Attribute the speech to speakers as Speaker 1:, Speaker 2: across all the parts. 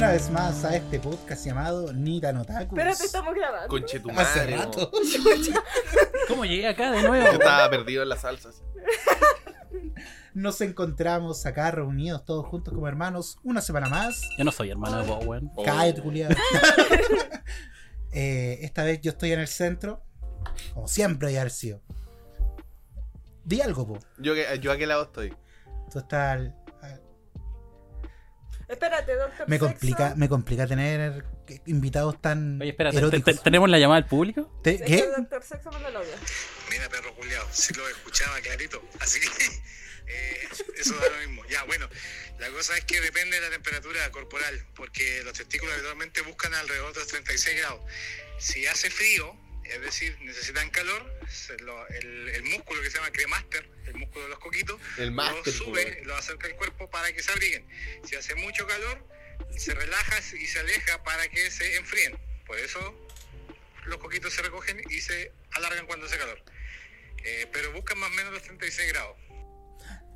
Speaker 1: vez más a este podcast llamado Nitan Otakus.
Speaker 2: Espérate, estamos grabando.
Speaker 1: Hace
Speaker 3: Conchetumare.
Speaker 1: rato.
Speaker 4: ¿Cómo llegué acá de
Speaker 3: Yo
Speaker 4: nuevo?
Speaker 3: estaba perdido en las salsas.
Speaker 1: Nos encontramos acá reunidos todos juntos como hermanos una semana más.
Speaker 4: Yo no soy hermano de vos, weón.
Speaker 3: Oh.
Speaker 1: Cállate, culiao. Eh, esta vez yo estoy en el centro, como siempre de haber sido. Di algo, po.
Speaker 3: Yo, que- yo a qué lado estoy.
Speaker 1: Tú estás al- al-
Speaker 2: Espérate, doctor.
Speaker 1: me
Speaker 2: Sexo.
Speaker 1: complica, me complica tener invitados tan
Speaker 4: Oye, espera, ¿te- te-
Speaker 1: eróticos.
Speaker 4: ¿tenemos la llamada del público?
Speaker 1: ¿Te-
Speaker 2: Sexo,
Speaker 1: ¿Qué?
Speaker 2: Doctor Sexo Monologue.
Speaker 5: Mira, perro culiao, si lo escuchaba clarito. Así que eh, eso da lo mismo. Ya, bueno, la cosa es que depende de la temperatura corporal, porque los testículos habitualmente buscan alrededor de los 36 grados. Si hace frío, es decir, necesitan calor, se lo- el, el músculo que se llama cremaster, el músculo de los coquitos,
Speaker 3: El máster.
Speaker 5: lo sube,
Speaker 3: weón.
Speaker 5: lo acerca al cuerpo para que se abriguen. Si hace mucho calor, se relaja y se aleja para que se enfríen. Por eso los coquitos se recogen y se alargan cuando hace calor. Eh, pero buscan más o menos los 36 grados.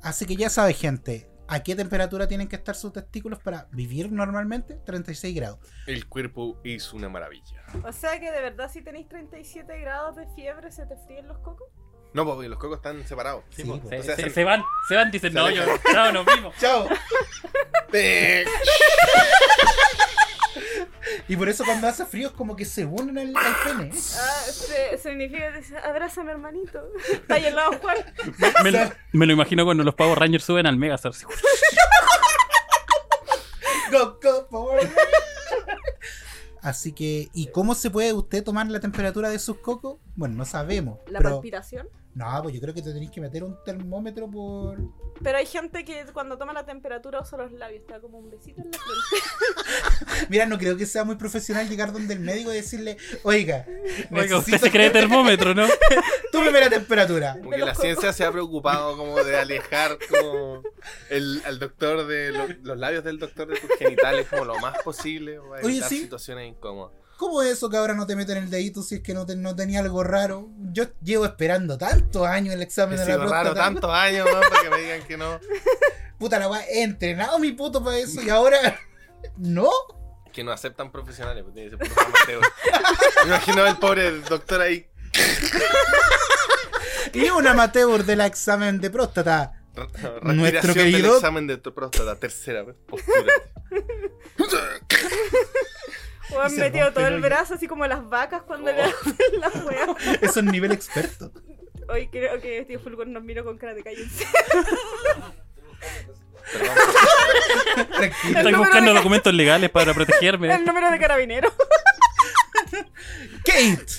Speaker 1: Así que ya sabes, gente, ¿a qué temperatura tienen que estar sus testículos para vivir normalmente? 36 grados.
Speaker 3: El cuerpo es una maravilla.
Speaker 2: O sea que de verdad, si tenéis 37 grados de fiebre, se te fríen los cocos.
Speaker 3: No, pues, porque los cocos están separados.
Speaker 1: Sí, pues.
Speaker 3: po.
Speaker 1: po.
Speaker 4: Se,
Speaker 3: O sea,
Speaker 4: se-
Speaker 3: se-
Speaker 4: se van, se van, dicen,
Speaker 3: se
Speaker 4: no, yo, no, nos vimos.
Speaker 1: ¡Chao!
Speaker 3: Eh,
Speaker 1: Y por eso cuando hace frío es como que se unen al, al pene.
Speaker 2: Ah, se, significa, dice, abrázame, hermanito. Está ahí al lado Juan.
Speaker 4: Me, lo- me lo imagino cuando los Power Rangers suben al Megazord. así, uff,
Speaker 1: Go, go, Power Rangers. Así que, ¿y cómo se puede usted tomar la temperatura de sus cocos? Bueno, no sabemos.
Speaker 2: La
Speaker 1: pero,
Speaker 2: palpitación.
Speaker 1: no, pues yo creo que te tenéis que meter un termómetro por.
Speaker 2: Pero hay gente que cuando toma la temperatura usa los labios. Está como un besito en la frente.
Speaker 1: Mira, no creo que sea muy profesional llegar donde el médico y decirle, oiga,
Speaker 4: Oiga, usted
Speaker 1: necesito
Speaker 4: se cree termómetro, ¿no?
Speaker 1: que tómeme la temperatura.
Speaker 3: Como
Speaker 2: De
Speaker 3: que
Speaker 2: los
Speaker 3: la ciencia se ha preocupado como de alejar como el, al doctor de lo- los labios del doctor de tus genitales como lo más posible para
Speaker 1: Oye,
Speaker 3: evitar
Speaker 1: sí.
Speaker 3: situaciones incómodas.
Speaker 1: ¿Cómo es eso que ahora no te meten el dedito si es que no, te- no tenía algo raro? Yo llevo esperando tantos años el
Speaker 3: He
Speaker 1: examen de la
Speaker 3: sido
Speaker 1: próstata.
Speaker 3: raro tantos años weón, para que me digan que no,
Speaker 1: Puta la weá, he entrenado mi puto para eso y ahora. ¿No?
Speaker 3: que no aceptan profesionales. pues, tiene que ser puros amateurs. Me imagino al pobre doctor ahí
Speaker 1: Y un amateur del examen de próstata.
Speaker 3: Re-
Speaker 1: Nuestro
Speaker 3: Respiración
Speaker 1: querido-
Speaker 3: del examen de tu próstata, tercera vez, postura.
Speaker 2: Juan
Speaker 1: se
Speaker 2: metió
Speaker 1: rompe el
Speaker 2: todo el
Speaker 1: hoyo. Oh.
Speaker 2: brazo, así como las vacas cuando le hacen la hueá.
Speaker 1: Eso es nivel experto.
Speaker 2: Hoy creo que Steve Fulgor nos miró con cara de cállense.
Speaker 3: Perdón,
Speaker 1: Tranquilo.
Speaker 4: Estoy
Speaker 2: número
Speaker 4: buscando
Speaker 2: de-
Speaker 4: documentos legales para protegerme.
Speaker 2: El número de carabinero.
Speaker 1: Kate,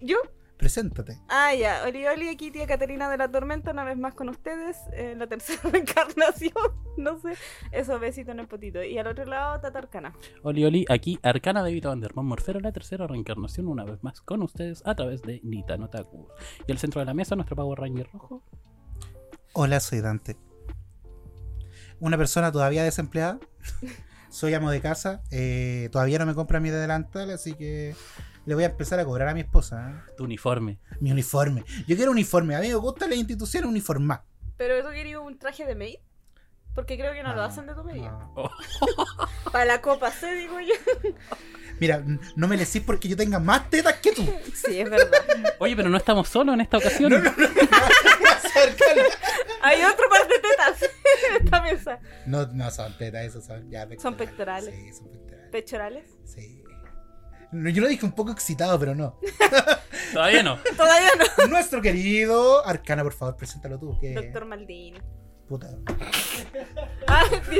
Speaker 2: ¿Yo?
Speaker 1: preséntate.
Speaker 2: Ah, ya. Oli, Oli, aquí tía Caterina de la Tormenta, una vez más con ustedes, en la tercera reencarnación, no sé. Eso, besito en el potito. Y al otro lado, Tatarcana.
Speaker 4: Oli, oli, aquí Arcana de Vito Vanderman Morfero, la tercera reencarnación, una vez más con ustedes a través de Nita Notaku. Y al centro de la mesa, nuestro Power Ranger rojo.
Speaker 1: Hola, soy Dante. Una persona todavía desempleada. Soy amo de casa. eh, todavía no me compra mi delantal, así que le voy a empezar a cobrar a mi esposa. ¿eh?
Speaker 4: Tu uniforme.
Speaker 1: Mi uniforme. Yo quiero uniforme. A mí me gusta la institución uniformada.
Speaker 2: Pero eso quería un traje de maid. Porque creo que no, lo
Speaker 1: Ah,
Speaker 2: hacen de tu medida.
Speaker 1: no.
Speaker 2: Para la copa C, digo yo.
Speaker 1: Mira, n- no me le decís porque yo tenga más tetas que tú.
Speaker 2: Sí, es verdad.
Speaker 4: Oye, pero no estamos solos en esta ocasión.
Speaker 1: Acércale.
Speaker 2: Hay otro par de tetas en esta mesa.
Speaker 1: No, no son tetas, esas son ya
Speaker 2: Son pectorales.
Speaker 1: Sí, son pectorales.
Speaker 2: ¿Pechorales?
Speaker 1: Sí. No, Yo lo dije un poco excitado, pero no.
Speaker 4: Todavía no.
Speaker 2: Todavía no.
Speaker 1: Nuestro querido Arcana, por favor, preséntalo tú. Que...
Speaker 2: Doctor Maldini.
Speaker 1: Puta.
Speaker 2: Ah, ¿es un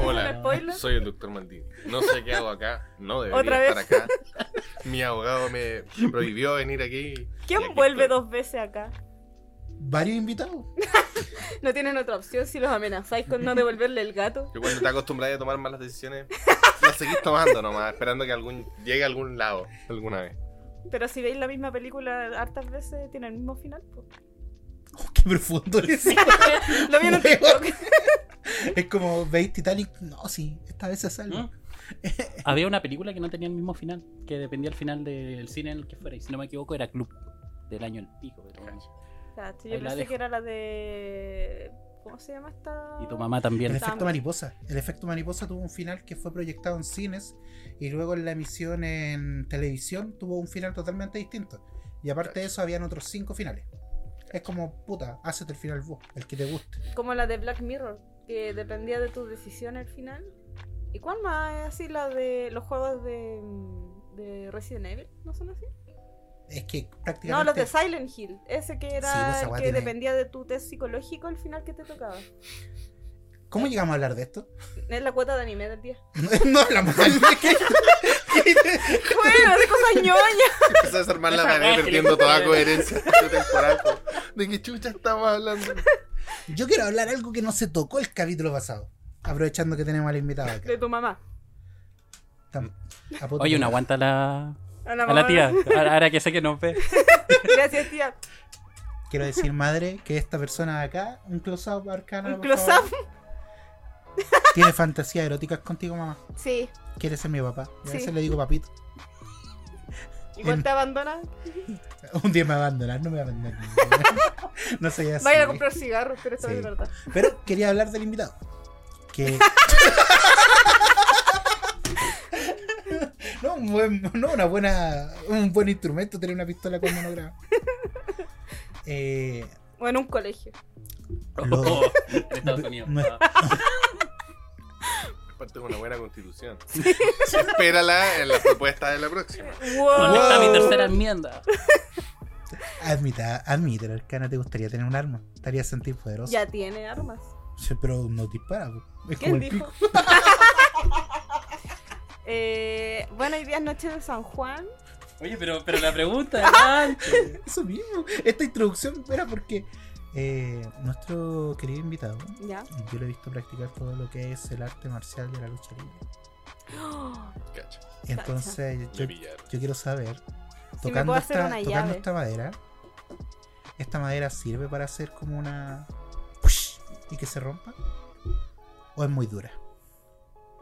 Speaker 3: Hola,
Speaker 2: spoiler?
Speaker 3: soy el doctor Maldini. No sé qué hago acá, no debería
Speaker 2: Otra vez.
Speaker 3: estar acá. Mi abogado me prohibió venir aquí. y
Speaker 2: ¿Quién
Speaker 3: aquí
Speaker 2: vuelve
Speaker 3: estoy.
Speaker 2: dos veces acá?
Speaker 1: Varios invitados.
Speaker 2: No tienen otra opción si los amenazáis con no devolverle el gato.
Speaker 3: Yo cuando te acostumbras a tomar malas decisiones, las seguís tomando nomás, esperando que algún llegue a algún lado alguna vez.
Speaker 2: Pero si veis la misma película hartas veces, tiene el mismo final. po.
Speaker 1: Oh, qué profundo es.
Speaker 2: Lo vi en un TikTok.
Speaker 1: es como, ¿veis Titanic? No, sí, esta vez se salva.
Speaker 4: ¿Mm? Había una película que no tenía el mismo final, que dependía al final del cine en el que fuera. Y si no me equivoco, era Club, del año el pico. pero bueno.
Speaker 2: Cacho,
Speaker 4: Ahí
Speaker 2: Yo
Speaker 4: la
Speaker 2: pensé
Speaker 4: dejo.
Speaker 2: que era la de. ¿Cómo se llama esta?
Speaker 4: Y tu mamá también.
Speaker 1: El
Speaker 2: Estamos.
Speaker 1: efecto mariposa. El efecto mariposa tuvo un final que fue proyectado en cines y luego en la emisión en televisión tuvo un final totalmente distinto. Y aparte de eso, habían otros cinco finales. Es como, puta, hacete el final vos, el que te guste.
Speaker 2: Como la de Black Mirror, que dependía de tu decisión al final. ¿Y cuál más? ¿Es así la de los juegos de, de Resident Evil? ¿No son así?
Speaker 1: Es que
Speaker 2: No, los
Speaker 1: prácticamente.
Speaker 2: de Silent Hill. Ese que
Speaker 1: Sí, pues,
Speaker 2: era
Speaker 1: esa
Speaker 2: el
Speaker 1: weá
Speaker 2: que
Speaker 1: tiene-
Speaker 2: dependía de tu test psicológico al final que te tocaba.
Speaker 1: ¿Cómo llegamos a hablar de esto?
Speaker 2: Es la cuota de anime del día.
Speaker 1: no hablamos de esto.
Speaker 2: bueno, es cosa ñoña.
Speaker 3: Empezás a armar la pared perdiendo toda coherencia de Este temporal. po. ¿De qué chucha estamos hablando?
Speaker 1: Yo quiero hablar algo que no se tocó el capítulo pasado. Aprovechando que tenemos al invitado acá.
Speaker 2: De tu mamá.
Speaker 1: Tam- a puto
Speaker 4: Oye,
Speaker 1: madre.
Speaker 4: una aguanta a la,
Speaker 2: A la,
Speaker 4: a
Speaker 2: mamá.
Speaker 4: la tía. Ahora ahora que sé que nos ve.
Speaker 2: Gracias, tía.
Speaker 1: Quiero decir, madre, que esta persona de acá, un close-up arcano.
Speaker 2: Un
Speaker 1: por favor.
Speaker 2: close-up.
Speaker 1: Tiene fantasías eróticas contigo, mamá.
Speaker 2: Sí.
Speaker 1: Quiere ser mi papá. Y a
Speaker 2: Sí.
Speaker 1: veces le digo papito.
Speaker 2: Igual te abandona.
Speaker 1: Un día me abandonas, no me abandonas. no soy así.
Speaker 2: Vaya a comprar cigarros, pero esto
Speaker 1: Sí.
Speaker 2: es verdad.
Speaker 1: Pero quería hablar del invitado. Que. no, un buen- no, una buena. Un buen instrumento tener una pistola con monograma. Eh,
Speaker 2: O en un colegio.
Speaker 1: Lo-
Speaker 4: Oh, de Estados Unidos. Ah,
Speaker 1: no-
Speaker 3: Parte de una buena constitución. Espérala en las propuestas de la próxima.
Speaker 4: ¿Dónde está mi
Speaker 1: Wow.
Speaker 4: tercera enmienda?
Speaker 1: admita, admite, Arcana, ¿te gustaría tener un arma? Estaría sentir poderoso.
Speaker 2: Ya tiene armas.
Speaker 1: Sí, pero no dispara. po. Es como
Speaker 2: ¿Quién
Speaker 1: el
Speaker 2: dijo?
Speaker 1: pico.
Speaker 2: eh, bueno, hoy día es noche de San Juan.
Speaker 4: Oye, pero, pero la pregunta es antes.
Speaker 1: Eso mismo. Esta introducción era porque eh, nuestro querido invitado,
Speaker 2: Ya.
Speaker 1: yo lo he visto practicar todo lo que es el arte marcial de la lucha libre.
Speaker 3: Cacha,
Speaker 1: Entonces, yo,
Speaker 3: me pillaron.
Speaker 1: yo quiero saber,
Speaker 2: Si me
Speaker 1: tocando,
Speaker 2: puedo hacer
Speaker 1: esta,
Speaker 2: una
Speaker 1: tocando
Speaker 2: llave.
Speaker 1: esta madera, ¿esta madera sirve para hacer como una. push y que se rompa? ¿O es muy dura?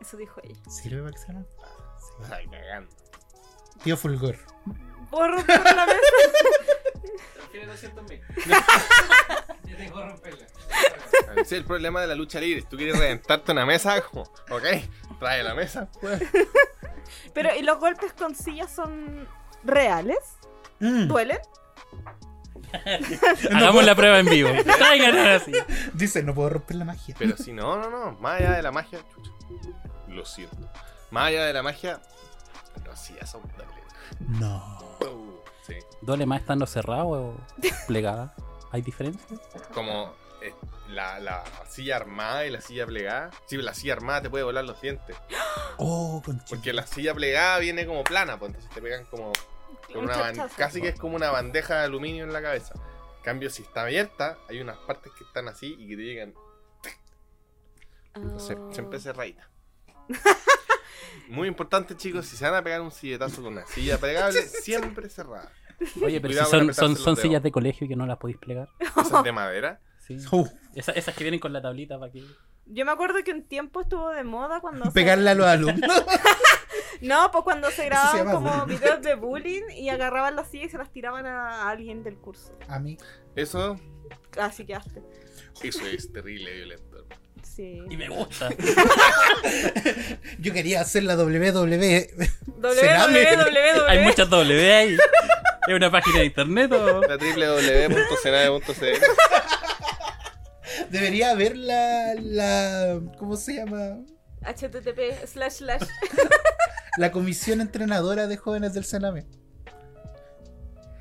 Speaker 2: Eso dijo ella.
Speaker 1: ¿Sirve para que se rompa?
Speaker 3: Ay, cagando.
Speaker 1: Tío Fulgor.
Speaker 2: ¿Puedo romper la mesa?
Speaker 4: Tiene 200 mil. tengo romperla.
Speaker 3: Sí, el problema de la lucha libre. Si tú quieres reventarte una mesa, como, ok, trae la mesa. pues.
Speaker 2: Pero, ¿y los golpes con sillas son reales?
Speaker 1: Mm,
Speaker 2: ¿Duelen?
Speaker 4: Hagamos
Speaker 1: pues.
Speaker 4: la prueba en vivo. Traigan ahora sí.
Speaker 1: dice, no puedo romper la magia.
Speaker 3: Pero si no, no, no. Más allá de la magia, chucha, lo siento. Más allá de la magia, no, sí, ya son dobles.
Speaker 1: No.
Speaker 3: Uh, sí.
Speaker 4: ¿Duele más estando cerrado o plegada? ¿Hay diferencia?
Speaker 3: Como eh, la, la silla armada y la silla plegada. Sí, la silla armada te puede volar los dientes.
Speaker 1: Oh, conchita.
Speaker 3: Porque la silla plegada viene como plana, pues entonces te pegan como con
Speaker 2: Un
Speaker 3: una ban-
Speaker 2: chachazo.
Speaker 3: casi que es como una bandeja de aluminio en la cabeza. En cambio, si está abierta, hay unas partes que están así y que te llegan Entonces,
Speaker 2: Ah.
Speaker 3: siempre cerradita. Muy importante, chicos, si se van a pegar un silletazo con una silla plegable, siempre cerrada.
Speaker 4: Oye, pero si
Speaker 3: Cuidado con
Speaker 4: son,
Speaker 3: apretarse
Speaker 4: son,
Speaker 3: los
Speaker 4: son
Speaker 3: dedos.
Speaker 4: sillas de colegio que no las podéis plegar.
Speaker 3: Esas de madera.
Speaker 4: Sí.
Speaker 1: Uh,
Speaker 4: Esa- esas que vienen con la tablita para que.
Speaker 2: Yo me acuerdo que un tiempo estuvo de moda cuando.
Speaker 1: pegarle a los alumnos.
Speaker 2: Se... No, pues cuando se grababan
Speaker 1: llama
Speaker 2: como
Speaker 1: bullying.
Speaker 2: videos de bullying y agarraban las sillas y se las tiraban a alguien del curso. Ah,
Speaker 1: a mí.
Speaker 3: Eso,
Speaker 2: Así que hazte.
Speaker 3: eso es terrible, violento.
Speaker 2: Sí.
Speaker 4: Y me gusta.
Speaker 1: Yo quería hacer la E. WWE.
Speaker 2: www.
Speaker 4: Hay muchas W ahí. ¿Es una página de internet o.?
Speaker 3: La www.cenade.cl
Speaker 1: Debería haber la, la. ¿Cómo se llama?
Speaker 2: HTTP slash slash.
Speaker 1: La comisión entrenadora de jóvenes del Sename.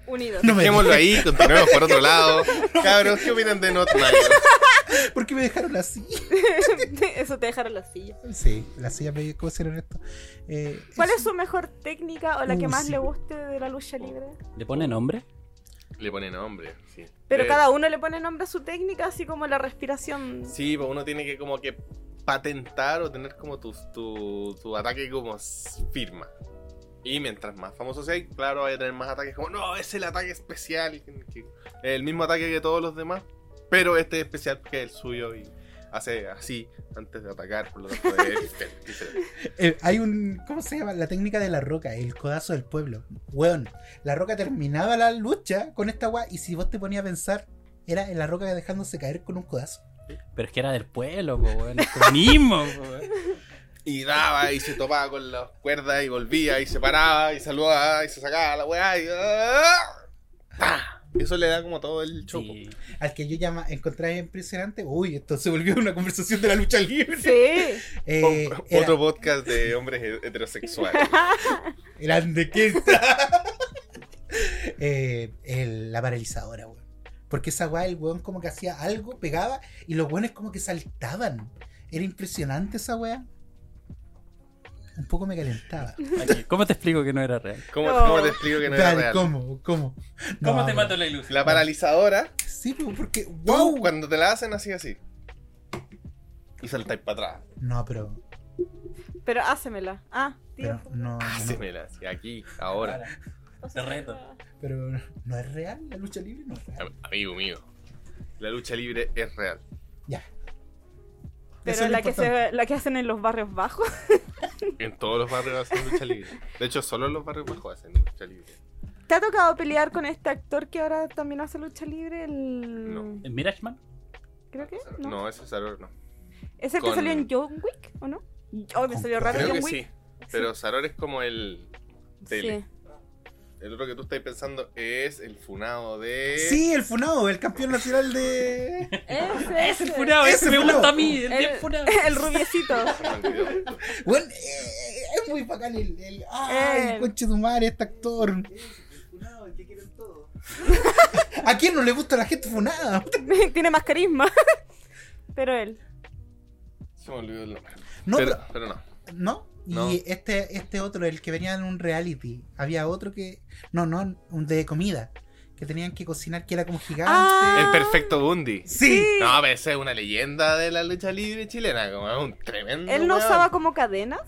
Speaker 2: Unidos.
Speaker 1: No me
Speaker 3: Dejémoslo ahí, continuemos por otro lado. Cabros, ¿qué opinan de Not Mario?
Speaker 1: ¿Por qué me dejaron así?
Speaker 2: Eso te dejaron las sillas.
Speaker 1: Sí, la silla me ¿Cómo hicieron esto? Eh,
Speaker 2: ¿Cuál es su mejor técnica o la que
Speaker 1: Uh,
Speaker 2: más
Speaker 1: sí.
Speaker 2: le guste de la lucha libre?
Speaker 4: ¿Le pone nombre?
Speaker 3: Le pone nombre, sí.
Speaker 2: Pero
Speaker 3: Eh,
Speaker 2: cada uno le pone nombre a su técnica, así como la respiración.
Speaker 3: Sí, pues uno tiene que como que patentar o tener como tu, tu, tu ataque como s- firma. Y mientras más famoso seas, claro, vaya a tener más ataques como, no, es el ataque especial. que- el mismo ataque que todos los demás, pero este es especial porque es el suyo y hace así antes de atacar, por lo tanto es diferente, diferente.
Speaker 1: Eh, hay un. ¿Cómo se llama? La técnica de la roca, el codazo del pueblo. Weón, la roca terminaba la lucha con esta weá y si vos te ponías a pensar, era la roca dejándose caer con un codazo.
Speaker 4: Pero es que era del pueblo, po, weón. Es comunismo, po, weón.
Speaker 3: Y daba y se topaba con las cuerdas y volvía y se paraba y saludaba y se sacaba la weá y. ¡ah! ¡Pah! Eso le da como todo el chopo.
Speaker 4: Sí.
Speaker 1: Al que yo llama, encontré impresionante. Uy, esto se volvió una conversación de la lucha libre.
Speaker 2: Sí.
Speaker 1: Eh,
Speaker 3: O-
Speaker 1: era-
Speaker 3: Otro podcast de hombres he- heterosexuales.
Speaker 1: Grande que está. Eh, el- la paralizadora, weón. Porque esa weá, el weón como que hacía algo, pegaba, y los weones como que saltaban. Era impresionante esa weá. Un poco me calentaba.
Speaker 4: Aquí, ¿Cómo te explico que no era real?
Speaker 3: ¿Cómo,
Speaker 2: No.
Speaker 3: cómo te explico que no era
Speaker 1: Dale,
Speaker 3: real?
Speaker 1: ¿Cómo? ¿Cómo?
Speaker 4: ¿Cómo
Speaker 1: No,
Speaker 4: te
Speaker 1: weón.
Speaker 4: mato la ilusión?
Speaker 3: La paralizadora,
Speaker 1: Sí, pues, porque.
Speaker 3: wow,
Speaker 1: ¡Wow!
Speaker 3: cuando te la hacen así, así. Y saltáis para atrás.
Speaker 1: No, pero.
Speaker 2: Pero hácemela. Ah, tío.
Speaker 1: Pero no, no,
Speaker 3: Hacemela, así, aquí, ahora.
Speaker 4: Te reto.
Speaker 1: pero no es real. La lucha libre no es real.
Speaker 3: Am- Amigo mío, la lucha libre es real.
Speaker 1: Ya. Eso
Speaker 2: Pero
Speaker 1: es lo
Speaker 2: la que,
Speaker 1: importante.
Speaker 2: se, la que hacen en los barrios bajos.
Speaker 3: En todos los barrios hacen lucha libre. De hecho, solo en los barrios bajos hacen lucha libre.
Speaker 2: ¿Te ha tocado pelear con este actor que ahora también hace lucha libre? El...
Speaker 3: No.
Speaker 4: ¿El Mirage Man?
Speaker 2: Creo que no.
Speaker 3: No, ese Saror no.
Speaker 2: ¿Es el
Speaker 3: Con-
Speaker 2: que salió en John Wick o no? Oh, me salió raro
Speaker 3: Creo
Speaker 2: John
Speaker 3: que
Speaker 2: Wick.
Speaker 3: sí. Pero Saror es como el. tele.
Speaker 2: Sí.
Speaker 3: El otro que tú estás pensando es el funado de.
Speaker 1: Sí, el Funao, el campeón nacional de.
Speaker 2: Ese,
Speaker 4: Es el
Speaker 2: ese.
Speaker 4: furado, ese
Speaker 1: Ese
Speaker 4: me
Speaker 1: furado.
Speaker 4: gusta a mí, el
Speaker 2: El-
Speaker 4: bien furado.
Speaker 2: El rubiecito.
Speaker 3: Se me olvidó.
Speaker 1: Bueno, eh, eh, es muy bacán el. el ¡Ay,
Speaker 2: Él.
Speaker 1: conche tu madre, este actor! ¿A quién no le gusta la gente funada?
Speaker 2: Tiene más carisma. Pero él.
Speaker 3: Se me olvidó el nombre.
Speaker 1: No,
Speaker 3: pero,
Speaker 1: pero-
Speaker 3: pero no.
Speaker 1: ¿no? Y
Speaker 3: No.
Speaker 1: este este otro, el que venía en un reality. Había otro que. No, no, un de comida. Que tenían que cocinar, que era como gigante.
Speaker 2: Ah.
Speaker 3: El perfecto Bundy.
Speaker 1: sí.
Speaker 3: No, pero ese es una leyenda de la lucha libre chilena, como es un tremendo.
Speaker 2: ¿Él no
Speaker 3: weón.
Speaker 2: usaba como cadenas?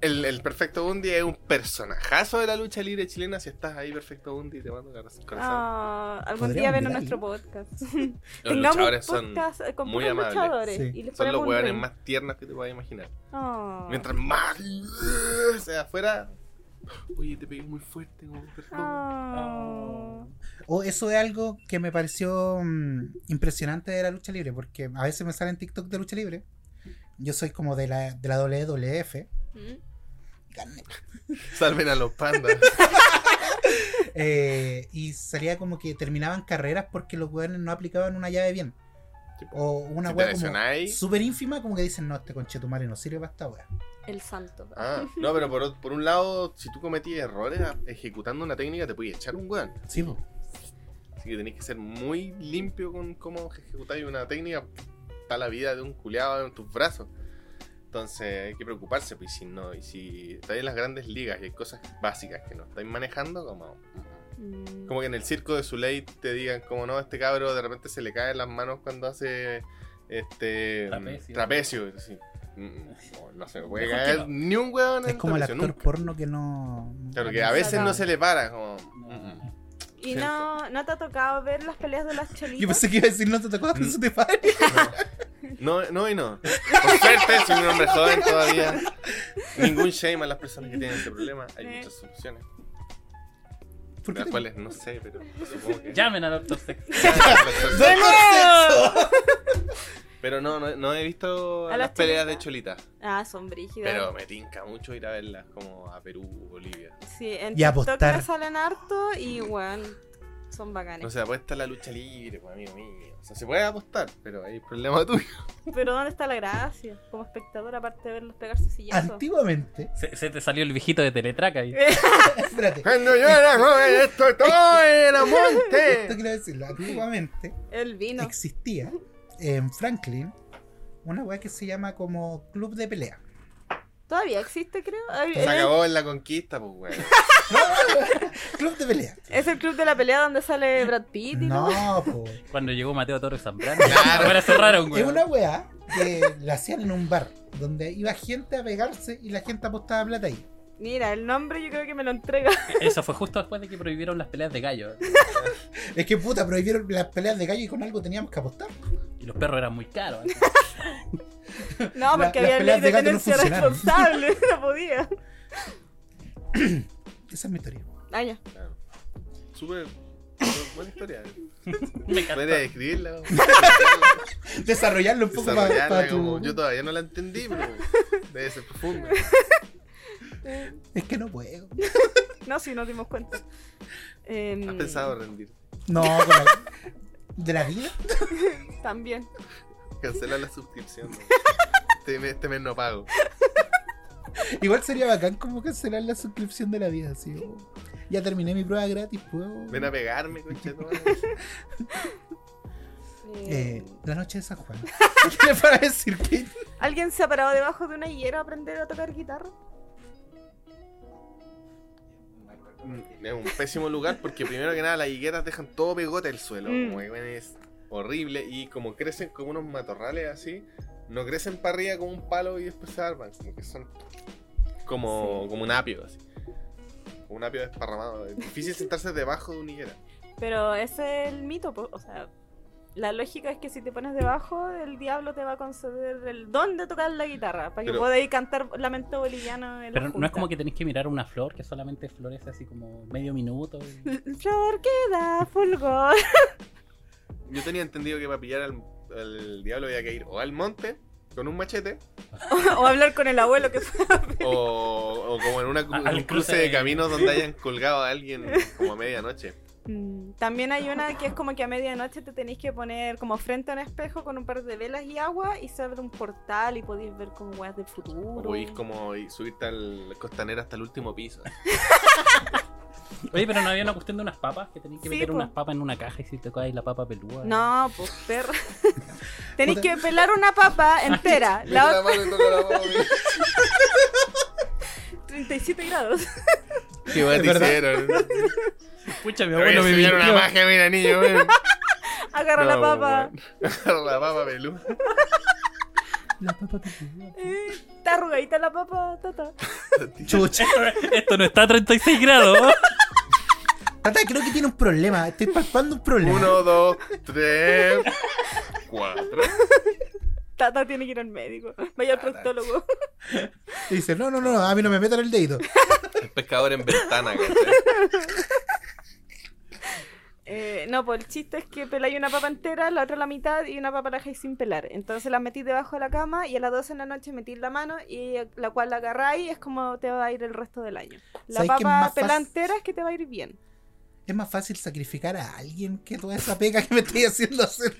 Speaker 3: El, el perfecto Bundy es un personajazo de la lucha libre chilena. Si estás ahí, perfecto Bundy, te mando ganas corazón.
Speaker 2: Ah, algún
Speaker 1: Podríamos
Speaker 2: día ven a
Speaker 1: mirar,
Speaker 2: nuestro podcast.
Speaker 3: los
Speaker 2: Tengamos un
Speaker 3: luchadores son,
Speaker 2: podcast con
Speaker 3: muy
Speaker 2: puros
Speaker 3: amables.
Speaker 2: luchadores.
Speaker 1: Sí.
Speaker 2: Y les
Speaker 3: son
Speaker 2: ponemos
Speaker 3: los
Speaker 2: un
Speaker 3: hueones
Speaker 2: ring.
Speaker 3: más tiernos que te puedas imaginar.
Speaker 2: Ah.
Speaker 3: Mientras más sea afuera. Oye, te pegué muy fuerte, como perfecto.
Speaker 2: Ah.
Speaker 1: O eso es algo que me pareció mm, impresionante de la lucha libre, porque a veces me salen TikTok de lucha libre. Yo soy como de la, de la WWF.
Speaker 4: Mm,
Speaker 1: Carne.
Speaker 3: Salven a los pandas.
Speaker 1: Eh, y salía como que terminaban carreras porque los weones no aplicaban una llave bien.
Speaker 3: Tipo,
Speaker 1: O una
Speaker 3: si te
Speaker 1: wea como
Speaker 3: lesionáis.
Speaker 1: súper ínfima, como que dicen, no, este conchetumare no sirve para esta wea.
Speaker 2: El santo.
Speaker 3: Ah, no, pero por, o- por un lado, si tú cometías errores a- ejecutando una técnica, te podías echar un weón.
Speaker 1: Sí, po.
Speaker 3: Así que tenés que ser muy limpio con cómo ejecutáis una técnica. Está la vida de un culeado en tus brazos. Entonces hay que preocuparse, pues y si no, y si estáis en las grandes ligas y hay cosas básicas que no estáis manejando, como,
Speaker 2: Mm.
Speaker 3: como que en el circo de Zuley te digan, como no, este cabro de repente se le caen las manos cuando hace este
Speaker 4: Trapecio.
Speaker 3: mm, trapecio", y así, mm, mm, no, no se me puede
Speaker 4: Mejor que
Speaker 3: caer
Speaker 4: no.
Speaker 3: ni un weón en
Speaker 1: Es como el
Speaker 3: trapecio,
Speaker 1: actor
Speaker 3: nunca.
Speaker 1: porno que no.
Speaker 3: Claro que a veces no se le para, como.
Speaker 4: No.
Speaker 2: ¿Y no, no te ha tocado ver las peleas de las cholitas?
Speaker 1: Yo pensé que iba a decir, no te tocó
Speaker 3: Mm.
Speaker 1: eso te pare.
Speaker 3: No, no y no. Por suerte, soy un hombre joven todavía. Ningún shame a las personas que tienen este problema. Hay
Speaker 2: Sí.
Speaker 3: muchas soluciones.
Speaker 1: ¿Por qué
Speaker 3: de las
Speaker 1: te-
Speaker 3: cuales no sé, pero supongo que.
Speaker 4: Llamen a Doctor Sex.
Speaker 1: ¡De nuevo!
Speaker 3: Pero no, no, no he visto
Speaker 2: A
Speaker 3: las,
Speaker 2: las
Speaker 3: peleas
Speaker 2: cholitas.
Speaker 3: de Cholita.
Speaker 2: Ah, son brígidas.
Speaker 3: Pero me tinca mucho ir a verlas como a Perú, Bolivia.
Speaker 2: Sí, en
Speaker 1: Y
Speaker 2: TikTok
Speaker 1: apostar.
Speaker 2: me salen harto y, weón, son
Speaker 3: No
Speaker 2: bacanes.
Speaker 3: se apuesta a la lucha libre, pues, amigo mío. O sea, se puede apostar, pero hay problema tuyo.
Speaker 2: Pero ¿dónde está la gracia? Como espectador, aparte de verlos pegarse sillazos.
Speaker 1: Antiguamente.
Speaker 4: Se, se te salió el viejito de Teletraca ahí.
Speaker 1: Espérate.
Speaker 3: Cuando yo era joven, esto todo era
Speaker 1: Esto quiero decirlo. Antiguamente.
Speaker 2: El vino.
Speaker 1: existía en Franklin una weá que se llama como Club de Pelea.
Speaker 2: Todavía existe, creo. Ay,
Speaker 3: Se
Speaker 2: eh,
Speaker 3: acabó en la conquista, pues, weón.
Speaker 1: Club de Pelea.
Speaker 2: Es el club de la pelea donde sale Brad Pitt y no.
Speaker 1: No, po.
Speaker 4: Cuando llegó Mateo Torres Zambrano. Ahora cerraron, güey.
Speaker 1: Es una weá que la hacían en un bar donde iba gente a pegarse y la gente apostaba plata ahí.
Speaker 2: Mira, el nombre yo creo que me lo entrega.
Speaker 4: Eso fue justo después de que prohibieron las peleas de gallos.
Speaker 1: Es que puta, prohibieron las peleas de gallo y con algo teníamos que apostar.
Speaker 4: Y los perros eran muy caros.
Speaker 1: La-
Speaker 2: No, porque
Speaker 1: las
Speaker 2: había
Speaker 1: peleas
Speaker 2: ley de
Speaker 1: de gato no
Speaker 2: tenencia
Speaker 1: funcionaron.
Speaker 2: responsable. No podía.
Speaker 1: Esa es mi teoría.
Speaker 2: Ah, ya.
Speaker 3: Claro. Súper Buena historia.
Speaker 4: Me
Speaker 3: Manera de
Speaker 4: encanta.
Speaker 3: escribirla.
Speaker 1: Desarrollarlo un poco para,
Speaker 3: desarrollarla
Speaker 1: para
Speaker 3: como-
Speaker 1: tu.
Speaker 3: Yo todavía no la entendí, pero debe ser profunda.
Speaker 1: Es que no puedo.
Speaker 2: No, sí, nos dimos cuenta. Em,
Speaker 3: ¿Has pensado rendir?
Speaker 1: No, con la- de la vida.
Speaker 2: También.
Speaker 3: Cancelar la suscripción. ¿no? Este mes, este mes no pago.
Speaker 1: Igual sería bacán como cancelar la suscripción de la vida, así. oh, Ya terminé mi prueba gratis, puedo.
Speaker 3: Ven a pegarme, conchetón.
Speaker 1: Eh,
Speaker 2: em,
Speaker 1: la noche de San Juan. ¿Qué le para decir que
Speaker 2: ¿Alguien se ha parado debajo de una hiera a aprender a tocar guitarra?
Speaker 3: Mm, Es un pésimo lugar porque primero que nada las higueras dejan todo pegote el suelo.
Speaker 2: Mm.
Speaker 3: Como que, bueno, es horrible. Y como crecen como unos matorrales así, no crecen para arriba como un palo y después se arman. Como que son como, como un apio así. Como un apio desparramado. Es difícil sentarse debajo de una higuera.
Speaker 2: Pero ese es el mito, po. o sea, la lógica es que si te pones debajo, el diablo te va a conceder el don de tocar la guitarra, para que
Speaker 3: Pero-
Speaker 2: podáis cantar lamento boliviano en la
Speaker 4: Pero no es
Speaker 2: junta.
Speaker 4: como que tenés que mirar una flor que solamente florece así como medio minuto. y-
Speaker 2: Flor que da fulgor.
Speaker 3: Yo tenía entendido que para pillar al, al diablo había que ir o al monte con un machete
Speaker 2: o hablar con el abuelo que fue.
Speaker 3: o, o como en una cru-
Speaker 4: A-
Speaker 3: un
Speaker 4: al
Speaker 3: cruce,
Speaker 4: cruce
Speaker 3: de
Speaker 4: de-
Speaker 3: caminos donde hayan colgado a alguien como a medianoche.
Speaker 2: Mm, También hay una que es como que a medianoche te tenéis que poner como frente a un espejo con un par de velas y agua y se abre un portal y podéis ver como weas del
Speaker 3: O
Speaker 2: futuro.
Speaker 3: podéis como ir- subirte al costanera hasta el último piso.
Speaker 4: Oye, pero no había una cuestión de unas papas que tenéis que
Speaker 2: Sí,
Speaker 4: meter
Speaker 2: po.
Speaker 4: unas papas en una caja y si te cae la papa peluda.
Speaker 2: No, pues perra. Tenéis que pelar una papa entera, la otra
Speaker 3: mano y toca la mano.
Speaker 2: 37 grados.
Speaker 3: Qué guay te
Speaker 1: Es verdad.
Speaker 3: hicieron.
Speaker 4: Pucha, mi
Speaker 3: Te voy a
Speaker 4: abuelo me
Speaker 3: enseñar
Speaker 4: mintió.
Speaker 3: una magia, mira, niño. ven.
Speaker 2: Agarra la
Speaker 3: No,
Speaker 2: papa.
Speaker 3: bueno. Agarra la papa, pelú.
Speaker 1: la papa peluda?
Speaker 2: Eh, Está arrugadita la papa, tata.
Speaker 1: Chucha.
Speaker 4: Esto no está a 36 grados.
Speaker 1: Tata, creo que tiene un problema. Estoy palpando un problema.
Speaker 3: Uno, dos, tres, cuatro.
Speaker 2: Tata tiene que ir al médico. Vaya al proctólogo.
Speaker 1: Y dice, no, no, no, a mí no me metan el dedito.
Speaker 3: El pescador en ventana, ¿cachai?
Speaker 2: Eh, no, pues el chiste es que peláis una papa entera, la otra la mitad y una papa la dejáis sin pelar. Entonces la metís debajo de la cama y a las 12 de la noche metís la mano y eh, la cual la agarráis es como te va a ir el resto del año.
Speaker 1: ¿Sabéis
Speaker 2: La
Speaker 1: qué es
Speaker 2: papa
Speaker 1: más fácil?
Speaker 2: pelada entera es que te va a ir bien.
Speaker 1: Es más fácil sacrificar a alguien que toda esa peca que me estoy haciendo hacer.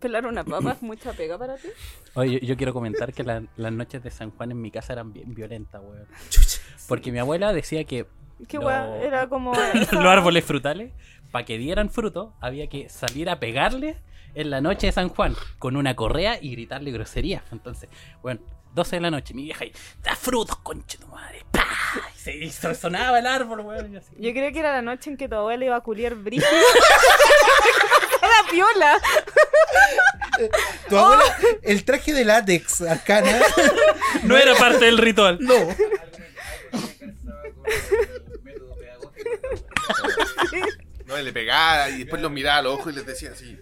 Speaker 2: Pelar una papa es mucha pega para ti.
Speaker 4: Oye, yo, yo quiero comentar que la- las noches de San Juan en mi casa eran bien violentas, weón.
Speaker 1: Chucha.
Speaker 4: Porque mi abuela decía que
Speaker 2: Qué
Speaker 4: No.
Speaker 2: wea, era como.
Speaker 4: los árboles frutales, para que dieran fruto, había que salir a pegarles en la noche de San Juan con una correa y gritarle groserías. Entonces, bueno, 12 de la noche, mi vieja ahí, da frutos, conche tu madre. ¡Pah! Y se y so- sonaba el árbol, weón. y así.
Speaker 2: Yo creo que era la noche en que tu abuela iba a culiar brillo. ¡La piola! Oh.
Speaker 1: Tu abuela, el traje de látex arcana.
Speaker 4: No era parte del ritual.
Speaker 1: No.
Speaker 3: No, le pegaba y después los miraba a los ojos y les decía así.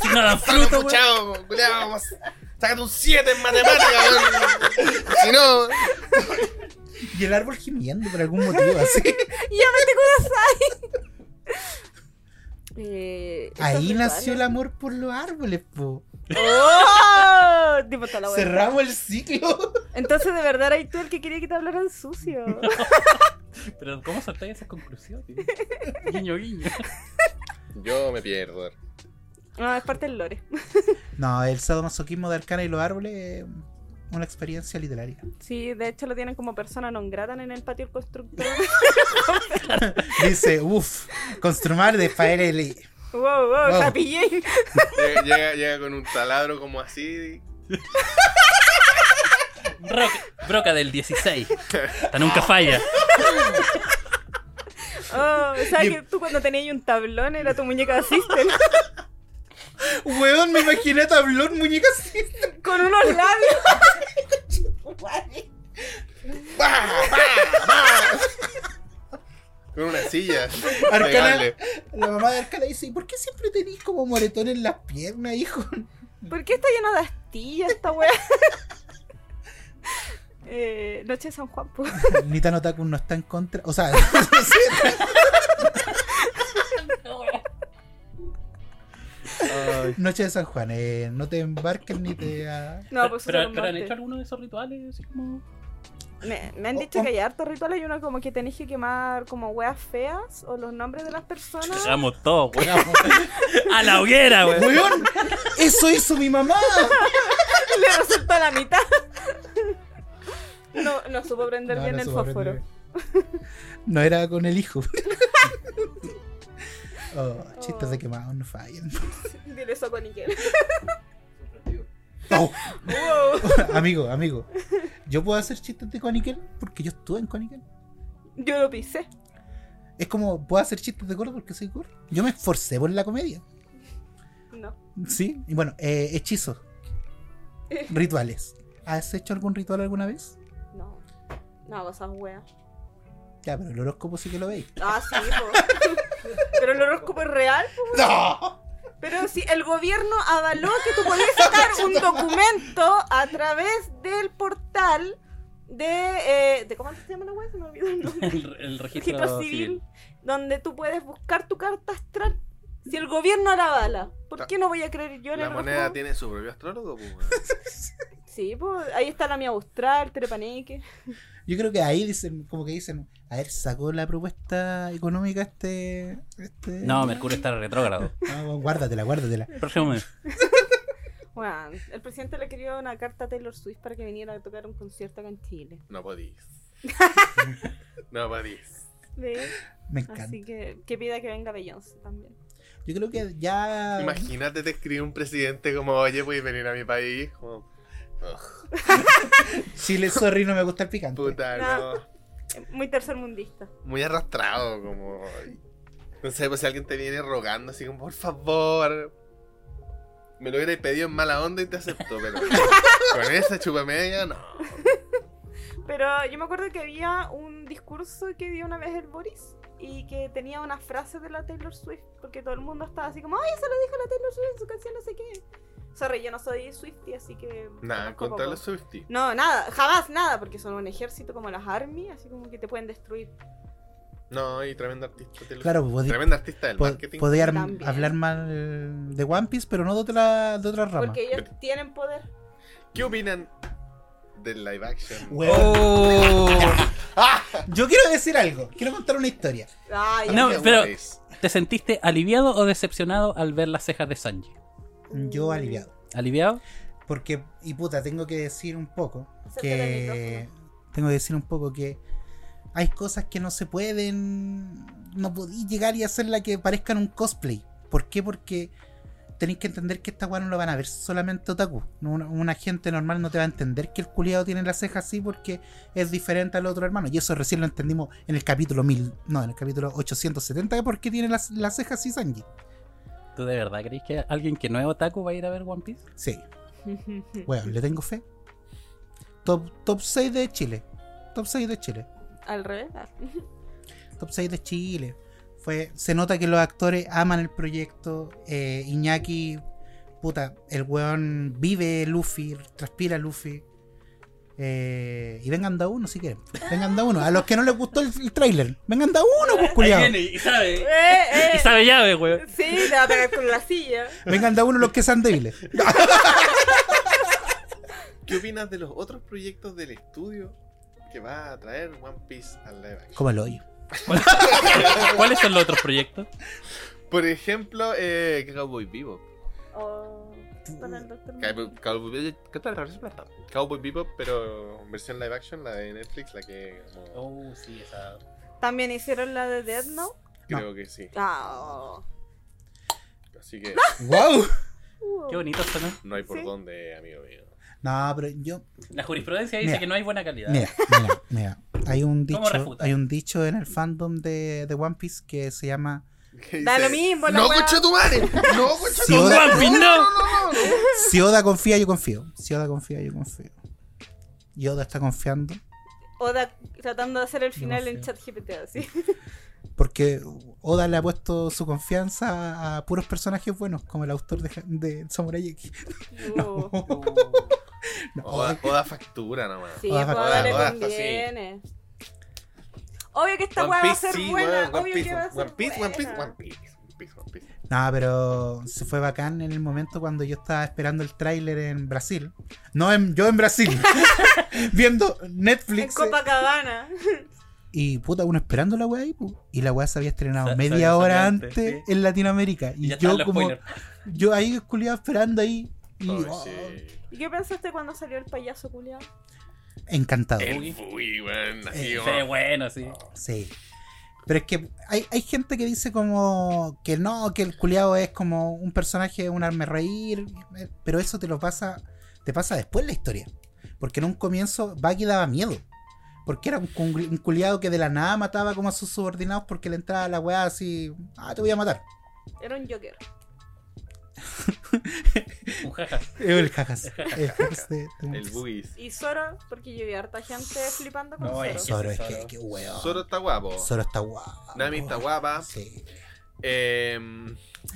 Speaker 4: Si no dan
Speaker 3: Sácate
Speaker 4: fruto,
Speaker 3: un
Speaker 4: weón.
Speaker 3: chavo, culiao, vamos. Sácate un 7 en matemáticas, weón. Si no,
Speaker 1: Y el árbol gimiendo por algún motivo así.
Speaker 2: ¡Llámate Kudasai! Eh, esos
Speaker 1: Ahí
Speaker 2: rituales.
Speaker 1: nació el amor por los árboles, po.
Speaker 2: ¡Oh! Tipo, está la wea.
Speaker 1: Cerramos el ciclo.
Speaker 2: Entonces, de verdad, eres tú el que quería que te hablaran sucio.
Speaker 4: Pero ¿cómo saltáis esa conclusión? tío? Guiño, guiño.
Speaker 3: yo me pierdo.
Speaker 2: No, es parte del lore.
Speaker 1: No, el sadomasoquismo de arcana y los árboles eh, una experiencia literaria.
Speaker 2: Sí, de hecho lo tienen como persona non gratan en el patio del constructor.
Speaker 1: Dice, uff, construir de Faereli.
Speaker 2: wow, wow,
Speaker 1: Wow.
Speaker 2: Happy Jane.
Speaker 3: Llega, llega, llega con un taladro como así.
Speaker 4: Broca, broca del 16. Esta nunca falla.
Speaker 2: Oh, ¿Sabes que tú cuando tenías un tablón era tu muñeca de System?
Speaker 1: Weón, me imaginé a tablón, muñeca así.
Speaker 2: Con unos labios.
Speaker 3: ¡Bah! ¡Bah! ¡Bah! Con una silla. Pegable.
Speaker 1: La mamá de Arcana dice, ¿y por qué siempre tenéis como moretón en las piernas, hijo?
Speaker 2: ¿Por qué está lleno de astillas esta weá? Eh, Noche de San Juan, po.
Speaker 1: Nita Notaku no está en contra. O sea, no sé,
Speaker 3: hoy.
Speaker 1: Noche de San Juan, eh, no te embarques ni te... ah,
Speaker 2: No, pues
Speaker 4: pero,
Speaker 2: eso
Speaker 4: pero han
Speaker 2: es
Speaker 4: hecho
Speaker 2: un
Speaker 4: alguno de esos rituales, así como.
Speaker 2: martes. me, me han
Speaker 1: Oh,
Speaker 2: dicho
Speaker 1: oh.
Speaker 2: que hay hartos rituales y uno como que tenés que quemar como weas feas o los nombres de las personas.
Speaker 4: Llegamos todos, weón. A la hoguera, weón.
Speaker 1: ¡Weón! ¡Eso hizo mi mamá!
Speaker 2: Le resultó la mitad. No, no supo prender
Speaker 1: No,
Speaker 2: bien
Speaker 1: no
Speaker 2: el
Speaker 1: supo
Speaker 2: fósforo.
Speaker 1: aprender. No era con el hijo. oh, chistes de quemado no fallan.
Speaker 2: Dile eso con Iker.
Speaker 1: Oh,
Speaker 2: Wow.
Speaker 1: amigo, amigo. ¿Yo puedo hacer chistes de Conikel? Porque yo estuve en Conikel.
Speaker 2: Yo lo pisé.
Speaker 1: Es como, puedo hacer chistes de gordo porque soy gordo. Yo me esforcé por la comedia.
Speaker 2: No.
Speaker 1: Sí. Y bueno, eh, hechizos.
Speaker 2: Eh.
Speaker 1: Rituales. ¿Has hecho algún ritual alguna vez?
Speaker 2: No. No hago esas weas.
Speaker 1: Ya, pero el horóscopo sí que lo veis.
Speaker 2: Ah, sí, po. Pero el horóscopo es real. po.
Speaker 1: ¡No!
Speaker 2: Pero si el gobierno avaló que tú podías sacar un documento a través del portal de. eh, ¿de ¿Cómo se llama la wea? Se me olvidó el nombre.
Speaker 4: El, el registro,
Speaker 2: registro
Speaker 4: civil.
Speaker 2: civil, donde tú puedes buscar tu carta astral. Si el gobierno la avala, ¿por
Speaker 3: La-
Speaker 2: qué no voy a creer yo en
Speaker 3: La
Speaker 2: el
Speaker 3: moneda
Speaker 2: horóscopo?
Speaker 3: tiene su propio astrólogo, pues, weón.
Speaker 2: Sí, pues ahí está la mía austral, Trepaneque.
Speaker 1: Yo creo que ahí dicen, como que dicen, a ver, sacó la propuesta económica este. este...
Speaker 4: No, Mercurio está retrógrado.
Speaker 1: No, guárdatela, guárdatela.
Speaker 4: Próximo mes.
Speaker 2: Bueno, el presidente le quería una carta a Taylor Swift para que viniera a tocar un concierto acá en Chile.
Speaker 3: No podís. no podís.
Speaker 2: ¿Ve?
Speaker 1: Me
Speaker 3: Ah,
Speaker 1: encanta.
Speaker 2: Así que que pida que venga Beyoncé también.
Speaker 1: Yo creo que ya.
Speaker 3: Imagínate te escribe un presidente como, oye, puedes venir a mi país. Como, "Ugh,
Speaker 1: Chile, sorry, no me gusta el picante.
Speaker 3: puta,
Speaker 2: No.
Speaker 3: no.
Speaker 2: Muy tercermundista.
Speaker 3: Muy arrastrado, como. No sé, pues si alguien te viene rogando así como, por favor. Me lo hubiera pedido en mala onda y te acepto, pero. con esa chupamedia, no.
Speaker 2: Pero yo me acuerdo que había un discurso que dio una vez el Boris y que tenía una frase de la Taylor Swift, porque todo el mundo estaba así como, ay, eso lo dijo la Taylor Swift en su canción, no sé qué. Sorry, yo no soy Swifty, así que...
Speaker 3: Nada,
Speaker 2: conozco
Speaker 3: contra
Speaker 2: poco.
Speaker 3: los Swifties.
Speaker 2: No, nada, jamás nada, porque son un ejército como las Army, así como que te pueden destruir.
Speaker 3: No, y tremendo artista. te lo-
Speaker 1: Claro, podí-
Speaker 3: Tremendo artista del
Speaker 1: po-
Speaker 3: marketing.
Speaker 1: podía
Speaker 2: También.
Speaker 1: hablar mal de One Piece, pero no de otra, de otra rama.
Speaker 2: Porque ellos tienen poder.
Speaker 3: ¿Qué opinan del live action?
Speaker 1: Weón.
Speaker 4: Oh.
Speaker 3: ¡Ah!
Speaker 1: Yo quiero decir algo, quiero contar una historia.
Speaker 2: Ay,
Speaker 4: No,
Speaker 2: ay,
Speaker 4: pero-
Speaker 3: Weón.
Speaker 4: ¿Te sentiste aliviado o decepcionado al ver las cejas de Sanji?
Speaker 1: Yo aliviado.
Speaker 4: ¿Aliviado?
Speaker 1: Porque, y puta, tengo que decir un poco
Speaker 2: Acerca del
Speaker 1: que. Tengo que decir un poco que hay cosas que no se pueden. No podéis llegar y hacerla que parezcan un cosplay. ¿Por qué? Porque tenéis que entender que esta weá no lo van a ver solamente otaku. No, Una, una gente normal no te va a entender que el culiado tiene la ceja así porque es diferente al otro hermano. Y eso recién lo entendimos en el capítulo 1000. No, en el capítulo 870, porque tiene las la ceja así Sanji.
Speaker 4: ¿Tú de verdad crees que alguien que no es otaku va a ir a ver One Piece?
Speaker 1: Sí. Bueno, le tengo fe. Top, top 6 de Chile. Top 6 de Chile.
Speaker 2: Al revés. ah.
Speaker 1: Top 6 de Chile. Fue, se nota que los actores aman el proyecto. Eh, Iñaki, puta, el weón vive Luffy, transpira Luffy. Eh, y vengan da uno si quieren. Vengan da uno. A los que no les gustó el, el trailer. Vengan da uno, pues culiao.
Speaker 4: y sabe.
Speaker 2: Eh, eh.
Speaker 4: sabe llave, weón.
Speaker 2: Sí, te va a pegar con la silla.
Speaker 1: Vengan da uno los que sean débiles.
Speaker 3: ¿Qué opinas de los otros proyectos del estudio que va a traer One Piece al live action?
Speaker 1: Como el hoyo.
Speaker 4: ¿Cuáles son los otros proyectos?
Speaker 3: Por ejemplo, eh, Cowboy Bebop.
Speaker 2: O para Oh, el doctor.
Speaker 3: Cowboy- Cowboy Cowboy Bebop, pero versión live action, la de Netflix, la que como,
Speaker 4: Oh, sí, esa.
Speaker 2: También hicieron la de Death Note.
Speaker 3: creo que sí.
Speaker 2: Ah, oh.
Speaker 3: Así que
Speaker 1: ¡Wow!
Speaker 4: Qué bonito esto, ¿no?
Speaker 3: no hay por
Speaker 2: Sí.
Speaker 3: dónde, amigo mío.
Speaker 1: No, pero yo.
Speaker 4: La jurisprudencia dice
Speaker 1: Mira.
Speaker 4: que no hay buena calidad.
Speaker 1: Mira, mira, mira. Hay un
Speaker 4: ¿Cómo
Speaker 1: dicho,
Speaker 4: refuta?
Speaker 1: hay un dicho en el fandom de, de One Piece que se llama
Speaker 3: ¿Qué
Speaker 2: Da
Speaker 3: dice?
Speaker 2: lo mismo, la
Speaker 3: No,
Speaker 2: wea.
Speaker 3: concha tu madre. No, concha
Speaker 1: Si
Speaker 3: tu madre.
Speaker 1: Oda,
Speaker 4: One Piece, no!
Speaker 1: si Oda confía, yo confío. Si Oda confía, yo confío. Y Oda está confiando.
Speaker 2: Oda tratando de hacer el final en
Speaker 1: Demasiado.
Speaker 2: ChatGPT así.
Speaker 1: Porque Oda le ha puesto su confianza a puros personajes buenos, como el autor de, de Samurai X.
Speaker 2: Uh,
Speaker 1: No,
Speaker 3: Oda, Oda factura nomás.
Speaker 2: Sí,
Speaker 1: Oda,
Speaker 2: pues
Speaker 1: Oda,
Speaker 2: Oda le
Speaker 3: Oda está
Speaker 2: conviene. Obvio que esta
Speaker 3: One
Speaker 2: weá va a
Speaker 3: Piece,
Speaker 2: ser
Speaker 3: sí,
Speaker 2: buena.
Speaker 3: weón, One
Speaker 2: obvio que
Speaker 3: Piece,
Speaker 2: va a ser
Speaker 3: One Piece, One Piece,
Speaker 2: buena.
Speaker 3: One Piece, One Piece, One Piece.
Speaker 1: No, pero se fue bacán en el momento cuando yo estaba esperando el tráiler en Brasil. No, en, yo en Brasil. viendo
Speaker 2: En
Speaker 1: Netflix.
Speaker 2: Copacabana.
Speaker 1: Y puta, uno esperando la weá ahí, pu. Y la weá se había estrenado
Speaker 4: Sa-
Speaker 1: media
Speaker 4: salió-
Speaker 1: hora
Speaker 4: salió
Speaker 1: antes,
Speaker 4: antes, sí.
Speaker 1: en Latinoamérica. Y,
Speaker 4: Y ya están
Speaker 1: yo
Speaker 4: los
Speaker 1: como.
Speaker 4: spoilers.
Speaker 1: Yo ahí culiado esperando ahí. Y, oh,
Speaker 3: sí.
Speaker 2: ¿Y qué pensaste cuando salió el payaso culiado?
Speaker 1: Encantado.
Speaker 4: Eh.
Speaker 3: El fui, weón. Así
Speaker 1: Eh,
Speaker 3: como-
Speaker 4: Sí, bueno, sí.
Speaker 1: Sí. Pero es que hay, hay gente que dice como que no, que el culiado es como un personaje, un arme reír, eh, pero eso te lo pasa, te pasa después la historia. Porque en un comienzo Bucky daba miedo. Porque era un, cungli- un culiado que de la nada mataba como a sus subordinados porque le entraba la weá así, ah, te voy a matar.
Speaker 2: Era un Joker.
Speaker 4: Un jaja.
Speaker 1: Eh, El jajas. El jajas de- de-
Speaker 3: El bugis.
Speaker 2: Y Zoro, porque yo vi harta gente flipando con
Speaker 4: No,
Speaker 2: Zoro.
Speaker 4: es que-
Speaker 1: Zoro es
Speaker 4: Zoro.
Speaker 1: que, que weón.
Speaker 3: Zoro está guapo.
Speaker 1: Zoro está guapo.
Speaker 3: Nami está guapa.
Speaker 1: Sí.
Speaker 3: Eh,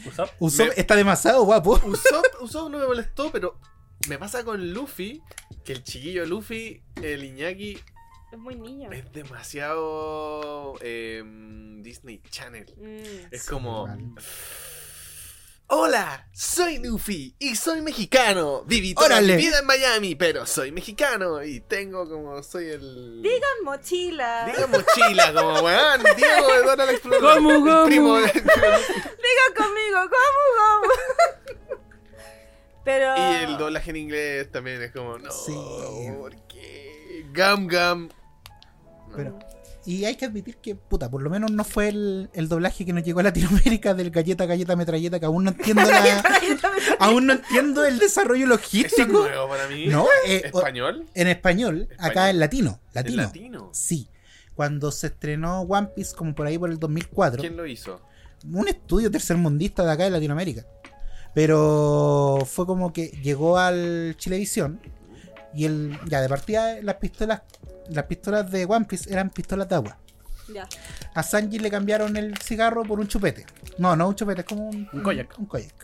Speaker 4: Usopp.
Speaker 1: Usopp
Speaker 3: Me-
Speaker 1: está demasiado guapo.
Speaker 3: Usopp, Usopp no me molestó, pero me pasa con Luffy que el chiquillo Luffy, el Iñaki,
Speaker 2: Es muy niño.
Speaker 3: es demasiado eh, Disney Channel.
Speaker 2: Mm.
Speaker 3: Es como.
Speaker 1: igual.
Speaker 3: Hola, soy Luffy y soy mexicano. Viví toda
Speaker 1: Órale.
Speaker 3: mi vida en Miami, pero soy mexicano y tengo como soy el.
Speaker 2: Diga mochila.
Speaker 3: Diga mochila, como weón. Diego de Dora la Exploradora.
Speaker 4: Gomu,
Speaker 3: el
Speaker 4: gomu.
Speaker 3: primo de-
Speaker 2: Diga conmigo, ¿cómo, cómo? Pero.
Speaker 3: Y el doblaje en inglés también es como, no,
Speaker 1: Ah. Sí.
Speaker 3: ¿por qué? Gam Gam. No.
Speaker 1: Pero- Y hay que admitir que, puta, por lo menos no fue el, el doblaje que nos llegó a Latinoamérica del galleta, galleta, metralleta, que aún no entiendo la- aún no entiendo el desarrollo
Speaker 3: ¿Eso es
Speaker 1: logístico.
Speaker 3: nuevo para mí?
Speaker 1: No, eh, o-
Speaker 3: ¿Español?
Speaker 1: en español, acá
Speaker 3: Español.
Speaker 1: en latino.
Speaker 3: ¿En
Speaker 1: Latino.
Speaker 3: latino?
Speaker 1: Sí. Cuando se estrenó One Piece, como por ahí por el 2004,
Speaker 3: ¿Quién lo hizo?
Speaker 1: un estudio tercermundista de acá de Latinoamérica. Pero fue como que llegó al Chilevisión y el, ya de partida las pistolas, las pistolas de One Piece eran pistolas de agua.
Speaker 2: Ya.
Speaker 1: A Sanji le cambiaron el cigarro por un chupete. No, no un chupete, es como un,
Speaker 4: Un koyak.
Speaker 1: Un koyak.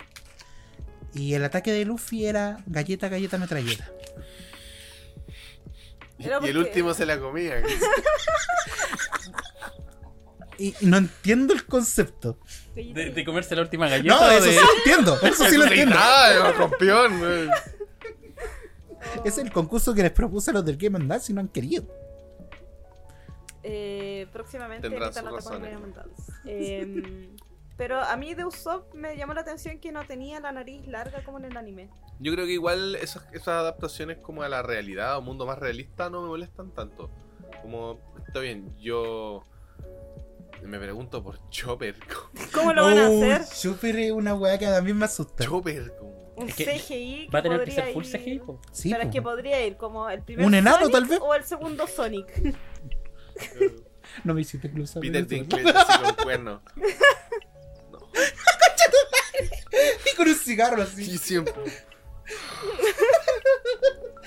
Speaker 1: Y el ataque de Luffy era galleta, galleta, metralleta.
Speaker 3: Y
Speaker 2: Era
Speaker 3: el
Speaker 2: porque-
Speaker 3: último se la comía.
Speaker 1: Y, y no entiendo el concepto.
Speaker 4: De, de comerse la última
Speaker 1: No,
Speaker 4: galleta. o
Speaker 1: eso
Speaker 4: de-
Speaker 1: sí lo entiendo. Eso sí lo entiendo.
Speaker 3: Ah, rompión. weón.
Speaker 1: Es el concurso que les propuse a los del Game and Dance y no han querido.
Speaker 2: Eh, próximamente
Speaker 3: Tendrán
Speaker 2: invitan
Speaker 3: sus
Speaker 2: a Tacuarembó
Speaker 3: razones.
Speaker 2: y a Mendoza. Eh, pero a mí de Usopp me llamó la atención que no tenía la nariz larga como en el anime.
Speaker 3: Yo creo que igual esas, esas adaptaciones como a la realidad o mundo más realista no me molestan tanto. Como, está bien, yo me pregunto por Chopper.
Speaker 2: ¿Cómo lo van a
Speaker 1: Oh,
Speaker 2: hacer?
Speaker 1: Chopper es una weá que a mí me asusta.
Speaker 3: Chopper, como...
Speaker 2: Un
Speaker 4: Es que
Speaker 2: CGI.
Speaker 4: Va a tener que
Speaker 2: podría
Speaker 4: ser full
Speaker 2: ir-
Speaker 4: CGI. po.
Speaker 1: Sí,
Speaker 2: pero es
Speaker 1: po.
Speaker 2: que podría ir como el primer
Speaker 1: ¿Un enano,
Speaker 2: Sonic
Speaker 1: tal vez?
Speaker 2: o el segundo Sonic.
Speaker 1: no me hiciste close up en
Speaker 3: Peter
Speaker 1: eso.
Speaker 3: Dinklage así con cuernos. No.
Speaker 1: Y con un cigarro así.
Speaker 3: Sí, siempre.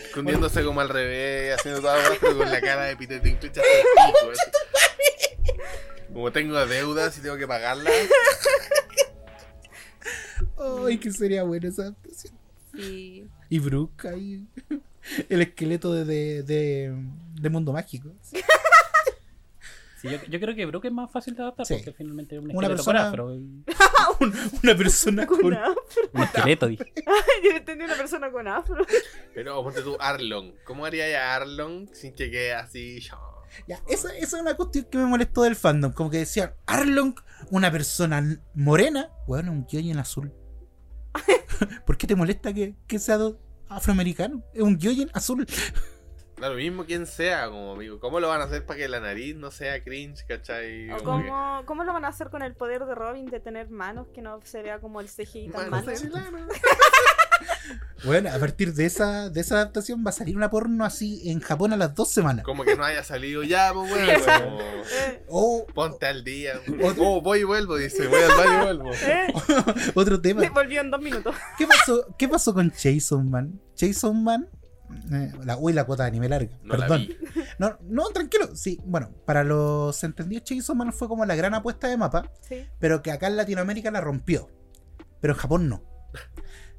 Speaker 3: Escondiéndose como al revés, haciendo todo las pero con la cara de Peter Dinklage hasta el pico, así. Como tengo deudas y tengo que pagarlas.
Speaker 1: Ay, que sería bueno esa adaptación.
Speaker 2: Sí.
Speaker 1: Y Brooke ahí. El esqueleto de, de, de- de Mundo Mágico.
Speaker 4: Sí, yo, yo creo que Brook es más fácil de adaptar
Speaker 1: Sí.
Speaker 4: porque finalmente es un
Speaker 1: Una
Speaker 4: esqueleto
Speaker 1: persona-
Speaker 4: con afro. y-
Speaker 1: Un- una persona con.
Speaker 2: Con afro.
Speaker 4: Un esqueleto, dije.
Speaker 2: Yo entendí una persona con afro.
Speaker 3: Pero ponte tú, Arlong. ¿Cómo haría a Arlong sin que quede así?
Speaker 1: Ya, esa, esa es una cuestión que me molestó del fandom. Como que decían, Arlong, una persona n- morena, weón, un Gyoyen azul. ¿Por qué te molesta que, que sea do- afroamericano? Es un Gyoyen azul.
Speaker 3: Da lo mismo quien sea, como amigo. ¿Cómo lo van a hacer para que la nariz no sea cringe, cachai?
Speaker 2: ¿O
Speaker 3: Como que-
Speaker 2: cómo, cómo lo van a hacer con el poder de Robin de tener manos que no se vea como el CGI tan
Speaker 3: Mano
Speaker 2: malo?
Speaker 3: chilena.
Speaker 1: Bueno, a partir de esa, de esa adaptación va a salir una porno así en Japón a las dos semanas.
Speaker 3: Como que no haya salido ya, pues bueno. como,
Speaker 2: Eh,
Speaker 1: O
Speaker 3: Ponte al día. Oh, voy y vuelvo, dice. Voy al baño y vuelvo.
Speaker 2: eh,
Speaker 1: otro tema.
Speaker 2: se volvió en dos minutos.
Speaker 1: ¿Qué pasó, ¿Qué pasó con Jason Man? Jason Man. eh, la, uy, la cuota de anime larga.
Speaker 3: No la
Speaker 1: Perdón.
Speaker 3: vi.
Speaker 1: No, no, tranquilo. Sí, bueno, para los entendidos, Jason Man fue como la gran apuesta de mapa,
Speaker 2: Sí.
Speaker 1: pero que acá en Latinoamérica la rompió. Pero en Japón no.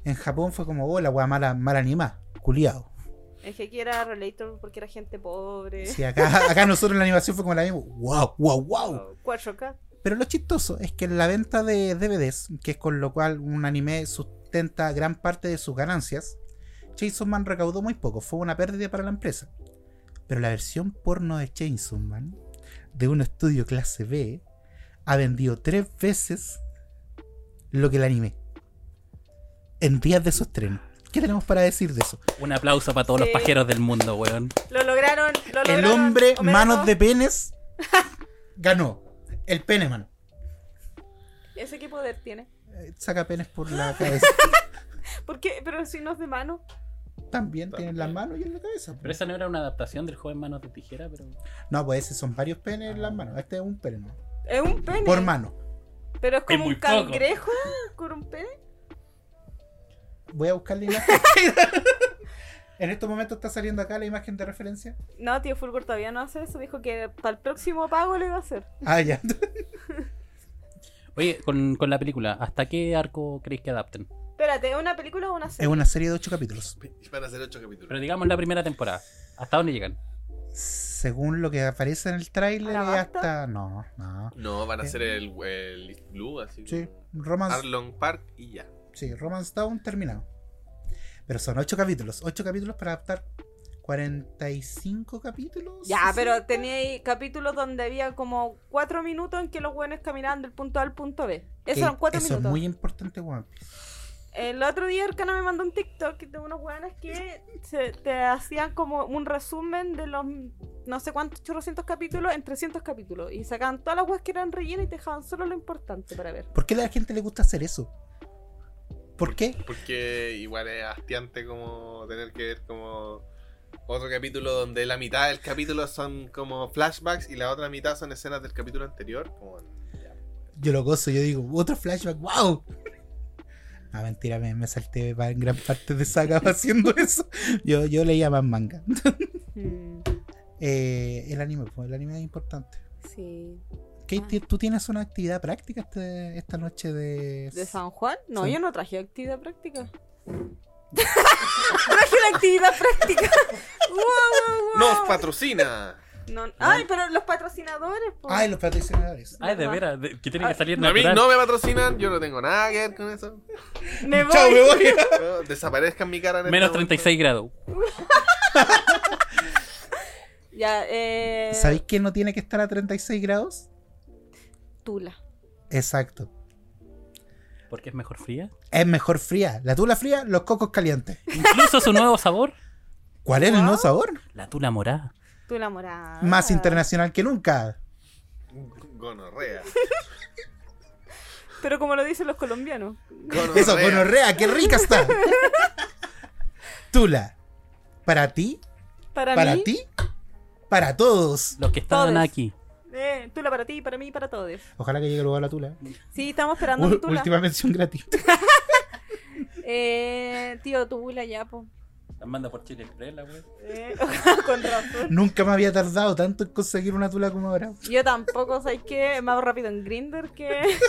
Speaker 1: En Japón fue como, oh, la wea mala, mala animada. Culiado.
Speaker 2: Es que aquí era Relator porque era gente pobre.
Speaker 3: Eh.
Speaker 2: Oh,
Speaker 1: Sí, acá, acá nosotros en la animación fue como la misma. ¡Wow, wow, wow!
Speaker 2: O 4K.
Speaker 1: Pero lo chistoso es que en la venta de DVDs, que es con lo cual un anime sustenta gran parte de sus ganancias, Chainsaw Man recaudó muy poco, fue una pérdida para la empresa. Pero la versión porno de Chainsaw Man, de un estudio clase B, ha vendido tres veces lo que el anime. En días de su estreno. ¿Qué tenemos para decir de eso?
Speaker 4: Un aplauso para todos
Speaker 2: Sí.
Speaker 4: los pajeros del mundo, weón.
Speaker 2: Lo lograron, lo
Speaker 1: El
Speaker 2: lograron.
Speaker 1: hombre
Speaker 2: Homero.
Speaker 1: manos de penes ganó. El peneman.
Speaker 2: ¿Ese qué poder tiene?
Speaker 1: Eh, Saca penes por la cabeza.
Speaker 2: ¿Por qué? Pero si no es de mano.
Speaker 1: También tienen las manos y en la cabeza.
Speaker 4: Pero esa no era una adaptación del joven Manos de Tijera, pero.
Speaker 1: No, pues ese son varios penes en las manos. Este es un pene. ¿no?
Speaker 2: Es un pene.
Speaker 1: Por mano.
Speaker 2: Pero es como
Speaker 4: muy
Speaker 2: un
Speaker 4: poco.
Speaker 2: cangrejo con un pene.
Speaker 1: Voy a buscar la imagen. en estos momentos está saliendo acá la imagen de referencia.
Speaker 2: No, tío Fulgor todavía no hace eso. Dijo que para el próximo pago lo iba a hacer.
Speaker 1: Ah, ya.
Speaker 4: Oye, con, con la película, ¿hasta qué arco creéis que adapten?
Speaker 2: Espérate, ¿es una película o una
Speaker 1: Es
Speaker 2: serie?
Speaker 1: una serie de ocho capítulos.
Speaker 3: Van a hacer ocho capítulos.
Speaker 4: Pero digamos la primera temporada. ¿Hasta dónde llegan?
Speaker 1: Según lo que aparece en el tráiler,
Speaker 2: ¿Ahora basta?
Speaker 1: hasta. No, no.
Speaker 3: No, van a hacer el, el East Blue, así.
Speaker 1: Eh, Sí,
Speaker 3: como
Speaker 1: Romance,
Speaker 3: Arlong Park y ya.
Speaker 1: sí, Romance Town terminado. Pero son ocho capítulos. Ocho capítulos para adaptar 45 capítulos.
Speaker 2: Ya,
Speaker 1: ¿sí?
Speaker 2: pero tenía ahí capítulos donde había como cuatro minutos en que los buenos caminaban del punto A al punto B.
Speaker 1: Que
Speaker 2: Eso eran cuatro
Speaker 1: Eso es
Speaker 2: minutos.
Speaker 1: muy importante, weón.
Speaker 2: El otro día el canal me mandó un TikTok de unos weones que se- te hacían como un resumen de los no sé cuántos chorrocientos capítulos en 300 capítulos. Y sacaban todas las weas que eran rellenas y te dejaban solo lo importante para ver.
Speaker 1: ¿Por qué a la gente le gusta hacer eso? ¿Por qué?
Speaker 3: Porque igual es hastiante como tener que ver como otro capítulo donde la mitad del capítulo son como flashbacks y la otra mitad son escenas del capítulo anterior. Como, ya.
Speaker 1: Yo lo gozo, yo digo, otro flashback, wow. Ah, mentira, me, me salté pa- en gran parte de saga haciendo eso. Yo, yo leía más manga.
Speaker 2: Hmm.
Speaker 1: Eh, el anime, pues, el anime es importante.
Speaker 2: Sí.
Speaker 1: Kate, ti- ¿tú tienes una actividad práctica este- esta noche de...
Speaker 2: ¿De San Juan? No,
Speaker 1: Sí.
Speaker 2: yo no traje actividad práctica. traje la actividad práctica. Guau, guau, guau.
Speaker 3: ¡Nos patrocina!
Speaker 2: No- Ay, pero los patrocinadores. po.
Speaker 1: Ay, los patrocinadores.
Speaker 4: Ay, de
Speaker 2: Ajá.
Speaker 4: veras, de- que tiene
Speaker 2: Ah,
Speaker 4: que salir
Speaker 3: A mí
Speaker 4: natural.
Speaker 3: no me patrocinan, yo no tengo nada que ver con eso.
Speaker 2: me voy.
Speaker 1: Chao, me voy.
Speaker 3: No, Desaparezcan mi cara en este
Speaker 4: Menos
Speaker 3: momento.
Speaker 4: 36 grados.
Speaker 2: Ya, eh.
Speaker 1: ¿Sabéis que no tiene que estar a 36 grados?
Speaker 2: Tula.
Speaker 1: Exacto.
Speaker 4: Porque es mejor fría.
Speaker 1: Es mejor fría. La tula fría, los cocos calientes.
Speaker 4: Incluso su nuevo sabor,
Speaker 1: ¿Cuál es el
Speaker 2: Wow.
Speaker 1: nuevo sabor?
Speaker 4: la tula morada.
Speaker 2: Tula morada.
Speaker 1: Más internacional que nunca.
Speaker 3: Gonorrea.
Speaker 2: Pero como lo dicen los colombianos.
Speaker 3: Gonorrea.
Speaker 1: Eso, gonorrea, qué rica está. Tula, para ti,
Speaker 2: Para,
Speaker 1: para
Speaker 2: mí.
Speaker 1: ti, para todos.
Speaker 4: Los que estaban
Speaker 2: Todos.
Speaker 4: aquí.
Speaker 2: Eh, tula para ti, para mí, para todos.
Speaker 1: Ojalá que llegue luego a la tula.
Speaker 2: Sí, estamos esperando
Speaker 1: U-
Speaker 2: mi tula.
Speaker 1: última mención gratis.
Speaker 2: Eh, tío, tula ya, po.
Speaker 4: Las manda por Chile Express, la weón.
Speaker 2: Eh, con razón.
Speaker 1: Nunca me había tardado tanto en conseguir una tula como ahora.
Speaker 2: Yo tampoco, ¿sabes qué? Es Más rápido en Grinder que.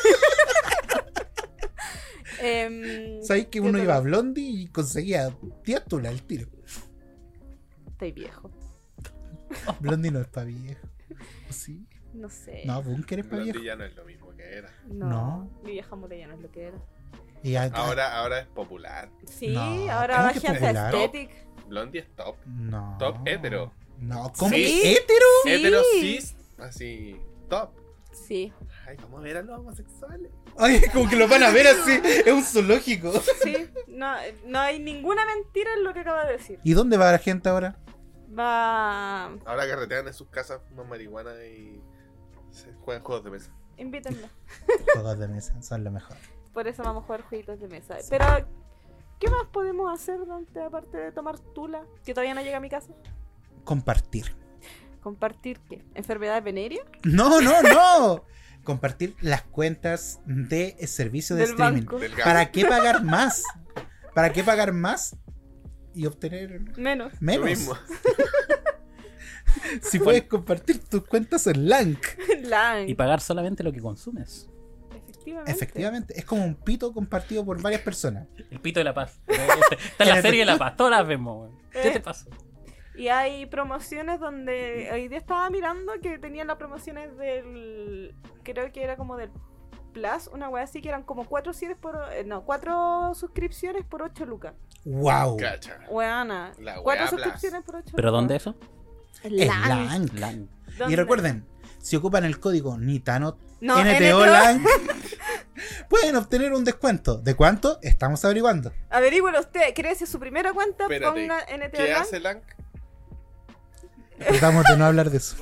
Speaker 2: Em,
Speaker 1: Sabéis que
Speaker 2: ¿qué
Speaker 1: uno
Speaker 2: tula?
Speaker 1: iba a Blondie y conseguía 10 tulas al tiro.
Speaker 2: Estoy viejo.
Speaker 1: Blondie no es pa' viejo. ¿Sí?
Speaker 2: No sé.
Speaker 1: No, Bunker es pa' viejo.
Speaker 3: Blondie ya no es lo mismo que era.
Speaker 2: No.
Speaker 1: no.
Speaker 2: Mi vieja muralla no es lo que era.
Speaker 1: Y a-
Speaker 3: Ahora, ahora es popular.
Speaker 2: Sí,
Speaker 1: No,
Speaker 2: ahora
Speaker 1: ¿cómo
Speaker 2: bajé
Speaker 1: que
Speaker 2: a hacer
Speaker 1: popular?
Speaker 2: aesthetic.
Speaker 3: Blondie es top.
Speaker 1: No.
Speaker 3: Top hétero.
Speaker 1: No, ¿cómo
Speaker 3: Sí.
Speaker 1: que hétero?
Speaker 2: Sí.
Speaker 3: Hetero cis, así, top.
Speaker 2: Sí.
Speaker 3: Ay, vamos a ver a los homosexuales.
Speaker 1: Ay, como que lo van a ver así. Es un zoológico.
Speaker 2: Sí, no, no hay ninguna mentira en lo que acaba de decir.
Speaker 1: ¿Y dónde va la gente ahora?
Speaker 2: Va.
Speaker 3: Ahora carretean en sus casas, fuman marihuana y se juegan juegos de mesa.
Speaker 2: Invítenla.
Speaker 1: Juegos de mesa son lo mejor.
Speaker 2: Por eso vamos a jugar jueguitos de mesa. Pero, ¿qué más podemos hacer, Dante, aparte de tomar tula? Que todavía no llega a mi casa.
Speaker 1: Compartir.
Speaker 2: Compartir qué? ¿Enfermedad venérea?
Speaker 1: No, no, no. Compartir las cuentas de servicio de
Speaker 2: Del
Speaker 1: streaming.
Speaker 2: banco.
Speaker 3: Del
Speaker 1: ¿Para qué pagar más? ¿Para qué pagar más y obtener
Speaker 2: Menos.
Speaker 3: Lo
Speaker 1: menos?
Speaker 3: mismo.
Speaker 1: Si puedes compartir tus cuentas en LANC.
Speaker 2: Lang.
Speaker 4: Y pagar solamente lo que consumes.
Speaker 2: Efectivamente.
Speaker 1: Efectivamente, es como un pito compartido por varias personas.
Speaker 4: Eh. El pito de la paz. Está en la serie de la paz. Todas las vemos, weón. ¿Qué te pasó?
Speaker 2: Y hay promociones donde hoy día estaba mirando que tenían las promociones del creo que era como del Plus, una weá así que eran como cuatro series por eh, no, cuatro suscripciones por 8 lucas.
Speaker 1: ¡Wow!
Speaker 3: Cacha.
Speaker 2: Weana.
Speaker 3: La weá
Speaker 2: Cuatro
Speaker 3: Plus.
Speaker 2: suscripciones por 8
Speaker 4: ¿Pero dónde eso?
Speaker 1: Es LAN.
Speaker 4: LAN.
Speaker 1: Y recuerden, si ocupan el código NITANO
Speaker 2: No,
Speaker 1: NTO
Speaker 2: NTO.
Speaker 1: LAN, pueden obtener un descuento. ¿De cuánto? Estamos averiguando.
Speaker 2: Averígüelo usted, créese su primera cuenta,
Speaker 3: Espérate,
Speaker 2: ponga NTO
Speaker 3: ¿Qué
Speaker 2: Lang,
Speaker 3: hace Lang?
Speaker 1: Tratamos de no hablar de eso.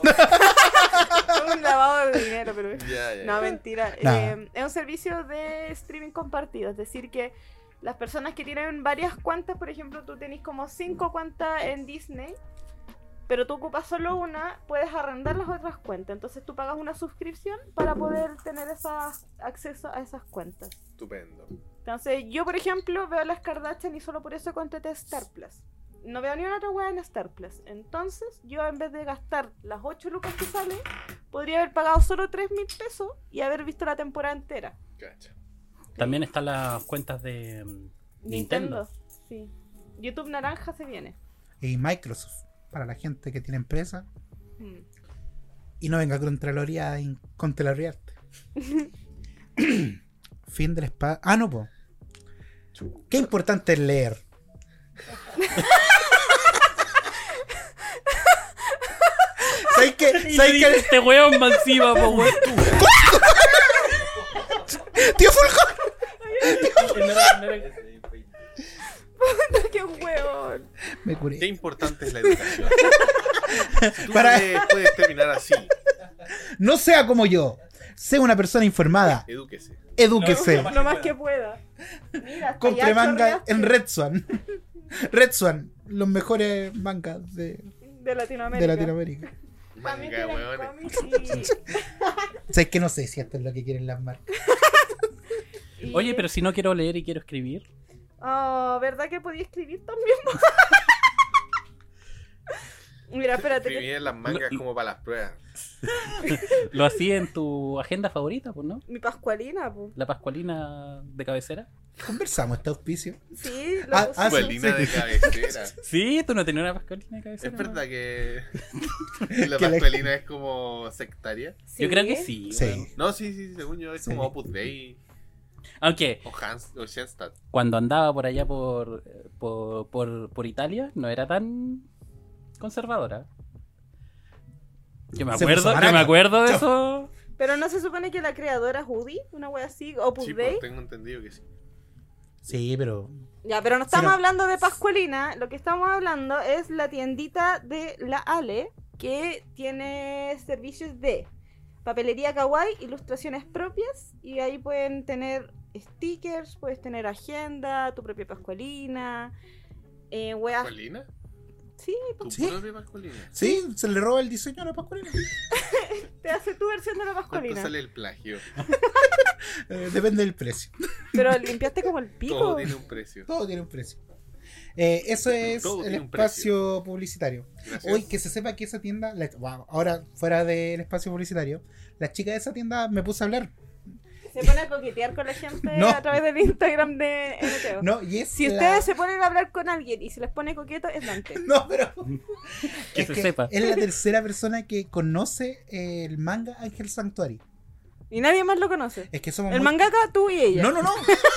Speaker 2: un lavado de dinero, pero
Speaker 3: Ya, ya.
Speaker 2: No,
Speaker 3: ya.
Speaker 2: mentira.
Speaker 1: Nada.
Speaker 2: Eh, es un servicio de streaming compartido, es decir, que las personas que tienen varias cuentas, por ejemplo, tú tenés como cinco cuentas en Disney, pero tú ocupas solo una, puedes arrendar las otras cuentas. Entonces tú pagas una suscripción para poder tener esas, acceso a esas cuentas.
Speaker 3: Estupendo.
Speaker 2: Entonces yo, por ejemplo, veo las Kardashian y solo por eso contraté Star Plus. No veo ni una otra wea en Star Plus. Entonces yo, en vez de gastar las 8 lucas que sale, podría haber pagado solo 3 mil pesos y haber visto la temporada entera.
Speaker 3: Cacha.
Speaker 4: También están las cuentas de mm, Nintendo.
Speaker 2: Sí. YouTube Naranja se viene.
Speaker 1: Y Microsoft, para la gente que tiene empresa
Speaker 2: Mm.
Speaker 1: y no venga Contraloría in- contraloriarte. fin del espacio. Ah, no, po. Qué importante es leer. ¿Sabes qué?
Speaker 4: Y
Speaker 1: ¿Sabes
Speaker 4: le
Speaker 1: qué?
Speaker 4: dice este weón más encima, po, weón.
Speaker 1: ¡Tío Fulgor!
Speaker 2: ¡Qué hueón!
Speaker 1: Me curé.
Speaker 3: Qué importante es la educación. Tú
Speaker 1: Para-
Speaker 3: puedes, puedes terminar así.
Speaker 1: No sea como yo. Sea una persona informada.
Speaker 3: Edúquese.
Speaker 1: Edúquese.
Speaker 2: Lo más que pueda. Mira, hasta
Speaker 1: Compre
Speaker 2: ya
Speaker 1: manga
Speaker 2: chorreaste
Speaker 1: en Red Swan. Red Swan, los mejores mangas de,
Speaker 2: De Latinoamérica.
Speaker 1: de Latinoamérica.
Speaker 2: También
Speaker 3: Manga,
Speaker 2: tienen
Speaker 3: weones.
Speaker 2: cómics
Speaker 1: ¿Sabes que no sé si esto es lo que quieren las marcas?
Speaker 2: y- y-
Speaker 4: Oye, pero si no quiero leer y quiero escribir.
Speaker 2: Oh, ¿verdad que podía escribir también? Mira, espérate.
Speaker 3: Escribí
Speaker 2: que-
Speaker 3: en las mangas como para las pruebas.
Speaker 4: Lo hacía en tu agenda favorita, pues, ¿no?
Speaker 2: Mi Pascualina, po.
Speaker 4: La Pascualina de cabecera.
Speaker 1: Conversamos este auspicio.
Speaker 2: Sí, lo
Speaker 1: Ah,
Speaker 2: puse.
Speaker 1: ah, sí.
Speaker 3: Igualina de cabecera.
Speaker 4: Sí, tú no tenías una Pascualina de cabecera.
Speaker 3: Es
Speaker 4: ¿no?
Speaker 3: verdad que que la
Speaker 1: Que la-
Speaker 3: masculina es como sectaria.
Speaker 4: Yo creo que sí. weón.
Speaker 1: Sí.
Speaker 3: No, sí, sí, según yo es
Speaker 1: Sí.
Speaker 3: como Opus Dei
Speaker 4: Aunque
Speaker 3: o Hans o Schoenstatt.
Speaker 4: cuando andaba por allá por, por, por, por Italia no era tan conservadora. Yo me
Speaker 1: Se
Speaker 4: acuerdo,
Speaker 1: puso
Speaker 4: yo
Speaker 1: barata.
Speaker 4: me acuerdo de
Speaker 1: Chao.
Speaker 4: eso.
Speaker 2: Pero no se supone que la creadora Judy, una wea así, Opus
Speaker 3: Sí,
Speaker 2: Dei.
Speaker 3: pues, tengo entendido que sí.
Speaker 1: Sí, pero.
Speaker 2: Ya, pero no estamos
Speaker 1: no.
Speaker 2: hablando de Pascualina, lo que estamos hablando es la tiendita de la Ale, que tiene servicios de papelería kawaii, ilustraciones propias, y ahí pueden tener stickers, puedes tener agenda, tu propia Pascualina, eh, weas-
Speaker 3: ¿Masculina?
Speaker 2: Sí,
Speaker 3: ¿Tu
Speaker 1: Sí.
Speaker 3: propia masculina?
Speaker 1: Sí, se le roba el diseño a la Pascualina.
Speaker 2: te hace tu versión de la
Speaker 3: ¿Cuánto
Speaker 2: Pascualina.
Speaker 3: sale el plagio?
Speaker 1: Eh, depende del precio.
Speaker 2: Pero limpiaste como el
Speaker 3: Todo
Speaker 2: pico.
Speaker 3: tiene un precio.
Speaker 1: Todo tiene un precio. Eh, eso es
Speaker 3: Todo
Speaker 1: el
Speaker 3: tiene un
Speaker 1: espacio publicitario.
Speaker 3: Gracias.
Speaker 1: Hoy que se sepa que esa tienda. la- wow, ahora, fuera del espacio publicitario, la chica de esa tienda me puso a hablar.
Speaker 2: Se pone a coquetear con la gente
Speaker 1: No.
Speaker 2: a través del Instagram de NTO.
Speaker 1: No, y es.
Speaker 2: Si
Speaker 1: la-
Speaker 2: ustedes se ponen a hablar con alguien y se les pone coqueto, es Dante.
Speaker 1: No, pero.
Speaker 4: Que
Speaker 1: es
Speaker 4: se sepa.
Speaker 1: Es la tercera persona que conoce el manga Ángel Sanctuary.
Speaker 2: Y nadie más lo conoce.
Speaker 1: Es que somos.
Speaker 2: El
Speaker 1: muy-
Speaker 2: mangaka, tú y ella.
Speaker 1: No, no, no.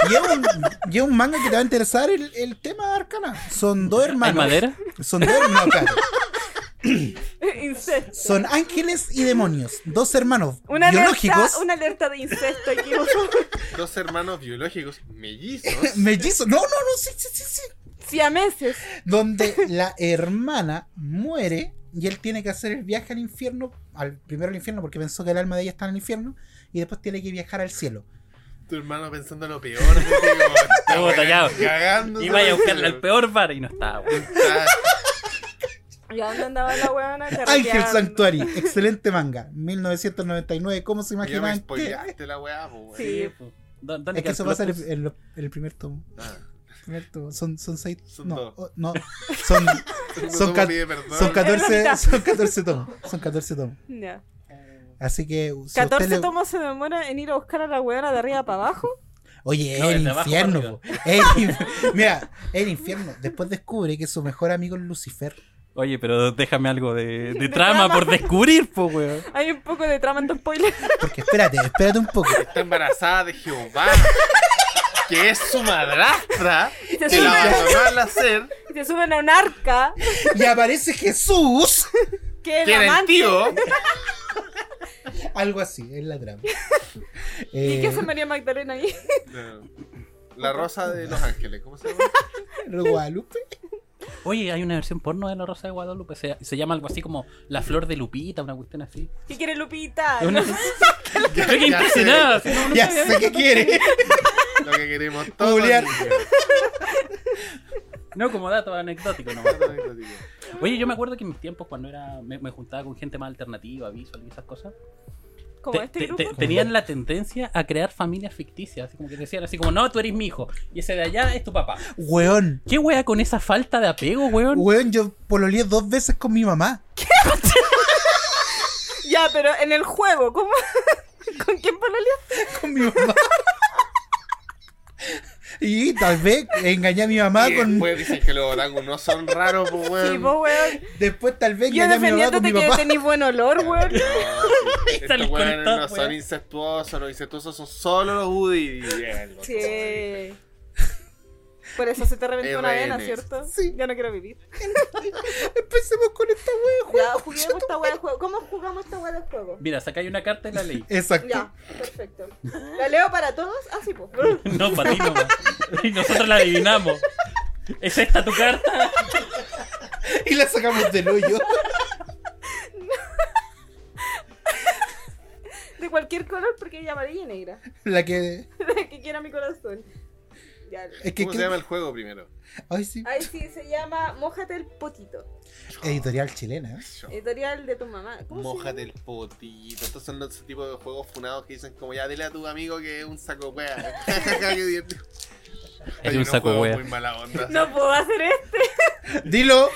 Speaker 1: Lleva un, y es un manga que te va a interesar el, el tema de Arcana. Son dos
Speaker 4: ¿Hay
Speaker 1: hermanos.
Speaker 4: madera?
Speaker 1: Son dos hermanos. claro.
Speaker 2: Incesto.
Speaker 1: Son ángeles y demonios. Dos hermanos
Speaker 2: Una alerta,
Speaker 1: biológicos.
Speaker 2: una alerta de incesto aquí.
Speaker 3: Dos hermanos biológicos mellizos.
Speaker 1: Mellizos. No, no, no. Sí, sí, sí, sí.
Speaker 2: Si a meses.
Speaker 1: Donde la hermana muere y él tiene que hacer el viaje al infierno. Al primero al infierno porque pensó que el alma de ella está en el infierno. Y después tiene que viajar al cielo.
Speaker 3: Tu hermano pensando lo peor. pues, así como, "Esta
Speaker 4: Puta,
Speaker 3: weá,
Speaker 4: ya.
Speaker 3: Cagando.
Speaker 4: Y vaya a buscarla al peor bar y no estaba. weón.
Speaker 2: ¿Y a dónde andaba la huevona?
Speaker 1: Ángel
Speaker 2: Carreteando.
Speaker 1: Sanctuary. Excelente manga. 1999. ¿Cómo se
Speaker 3: Ya me
Speaker 1: imaginan? que-
Speaker 3: spoileaste la weá, po, weón.
Speaker 2: Sí.
Speaker 4: ¿Dó- dónde
Speaker 1: Es que
Speaker 4: queda
Speaker 1: eso
Speaker 4: el
Speaker 1: pasa en
Speaker 4: plot
Speaker 1: el,
Speaker 4: twist?
Speaker 1: en lo- en el primer tomo.
Speaker 3: Ah.
Speaker 1: Primer tomo. Son, son seis.
Speaker 3: Son
Speaker 1: no,
Speaker 3: dos.
Speaker 1: o- no, son, Son
Speaker 3: No
Speaker 1: cat-
Speaker 3: pide perdón.
Speaker 1: son,
Speaker 2: Es la
Speaker 1: 14,
Speaker 2: mitad.
Speaker 1: son 14 tomos. Son 14 tomos.
Speaker 2: Ya.
Speaker 1: Así que. si a usted
Speaker 2: 14
Speaker 1: le-
Speaker 2: tomos se demora en ir a buscar a la huevona de arriba para abajo.
Speaker 1: Oye,
Speaker 4: No,
Speaker 1: el
Speaker 4: desde abajo
Speaker 1: infierno.
Speaker 4: para
Speaker 1: po. El in- Mira, el infierno. Después descubre que su mejor amigo es Lucifer.
Speaker 4: Oye, pero déjame algo de, de
Speaker 2: De
Speaker 4: trama,
Speaker 2: trama.
Speaker 4: por descubrir, po, weón.
Speaker 2: Hay un poco de trama en tu spoiler.
Speaker 1: Porque espérate, espérate un poco.
Speaker 3: Está embarazada de Jehová, que es su madrastra,
Speaker 2: Se
Speaker 3: que
Speaker 2: suben,
Speaker 3: la abandonó al nacer,
Speaker 2: se suben a un arca.
Speaker 1: Y aparece Jesús.
Speaker 2: Que
Speaker 3: que
Speaker 2: el
Speaker 3: era el
Speaker 2: amante.
Speaker 3: tío.
Speaker 1: Algo así, es la trama.
Speaker 2: ¿Y
Speaker 1: Eh,
Speaker 2: qué hace María Magdalena ahí?
Speaker 3: La rosa de Los Ángeles, ¿cómo se llama?
Speaker 1: Guadalupe.
Speaker 4: Oye, hay una versión porno de La Rosa de Guadalupe. Se, se llama algo así como La Flor de Lupita, una cuestión así.
Speaker 2: ¿Qué quiere Lupita?
Speaker 4: Es una-
Speaker 2: No,
Speaker 3: Ya,
Speaker 4: Yo quedé
Speaker 3: ya sé
Speaker 4: impresionado. así como-
Speaker 1: Ya sé qué quiere.
Speaker 3: Lo que queremos todos.
Speaker 1: Googlear.
Speaker 3: niños.
Speaker 4: No, como dato anecdótico nomás.
Speaker 3: Todo lo que digo.
Speaker 4: Oye, yo me acuerdo que en mis tiempos, cuando era me, me juntaba con gente más alternativa, visual y esas cosas,
Speaker 2: Como
Speaker 4: te-
Speaker 2: este
Speaker 4: te-
Speaker 2: grupo.
Speaker 4: te- tenían la tendencia a crear familias ficticias. Así como que decían así como, no, tú eres mi hijo. Y ese de allá es tu papá.
Speaker 1: Weón.
Speaker 4: ¿Qué wea con esa falta de apego, weón?
Speaker 1: Weón, yo pololeé dos veces con mi mamá.
Speaker 2: Ya, pero en el juego, ¿cómo? ¿Con quién pololeaste?
Speaker 1: Con mi mamá. Y tal vez engañé a mi mamá
Speaker 3: Y
Speaker 1: con.
Speaker 3: después dicen que los orangos no son raros, pues,
Speaker 1: Um,
Speaker 2: Sí,
Speaker 3: weón.
Speaker 2: vos, weón.
Speaker 1: Después tal vez
Speaker 2: Yo
Speaker 1: engañé a mi mamá con
Speaker 2: defendiéndote
Speaker 1: mi
Speaker 2: que
Speaker 1: papá.
Speaker 2: tenés buen olor, weón.
Speaker 3: Estos
Speaker 4: Salís con
Speaker 3: weones
Speaker 4: esta,
Speaker 3: no son
Speaker 4: weón.
Speaker 3: incestuosos, los incestuosos son solo los Woody. y el otro, weón.
Speaker 2: Sí. Por eso se te reventó una vena,
Speaker 3: RN.
Speaker 2: ¿cierto?
Speaker 1: Sí.
Speaker 2: Ya no quiero vivir.
Speaker 1: Empecemos con esta weón.
Speaker 2: Ya, juguemos esta weá de juego. ¿Cómo jugamos esta weá de juego?
Speaker 4: Mira, saca ahí una carta y la leí.
Speaker 1: Exacto.
Speaker 2: Ya, perfecto. ¿La leo para todos? Ah, sí, pues.
Speaker 4: No, para ti nomás. Y nosotros la adivinamos. ¿Es esta tu carta?
Speaker 1: Y la sacamos del hoyo.
Speaker 2: De cualquier color, porque hay amarilla y negra.
Speaker 1: La que.
Speaker 2: que quiera mi corazón. Ya.
Speaker 1: Es que.
Speaker 3: ¿Cómo se llama Ah. el juego primero?
Speaker 1: Ay, sí.
Speaker 2: Ahí sí, se llama Mójate el potito.
Speaker 1: Editorial chilena. ¿eh?
Speaker 2: Editorial de tu mamá. ¿Cómo se
Speaker 3: Mójate
Speaker 2: llama?
Speaker 3: el potito. Estos son los tipos de juegos funados que dicen como ya dile a tu amigo que es un saco wea. Qué divertido.
Speaker 4: Es
Speaker 3: Hay
Speaker 4: un
Speaker 3: unos
Speaker 4: saco
Speaker 3: juegos
Speaker 4: wea.
Speaker 3: Muy mala onda.
Speaker 2: No puedo hacer esto.
Speaker 1: Dilo.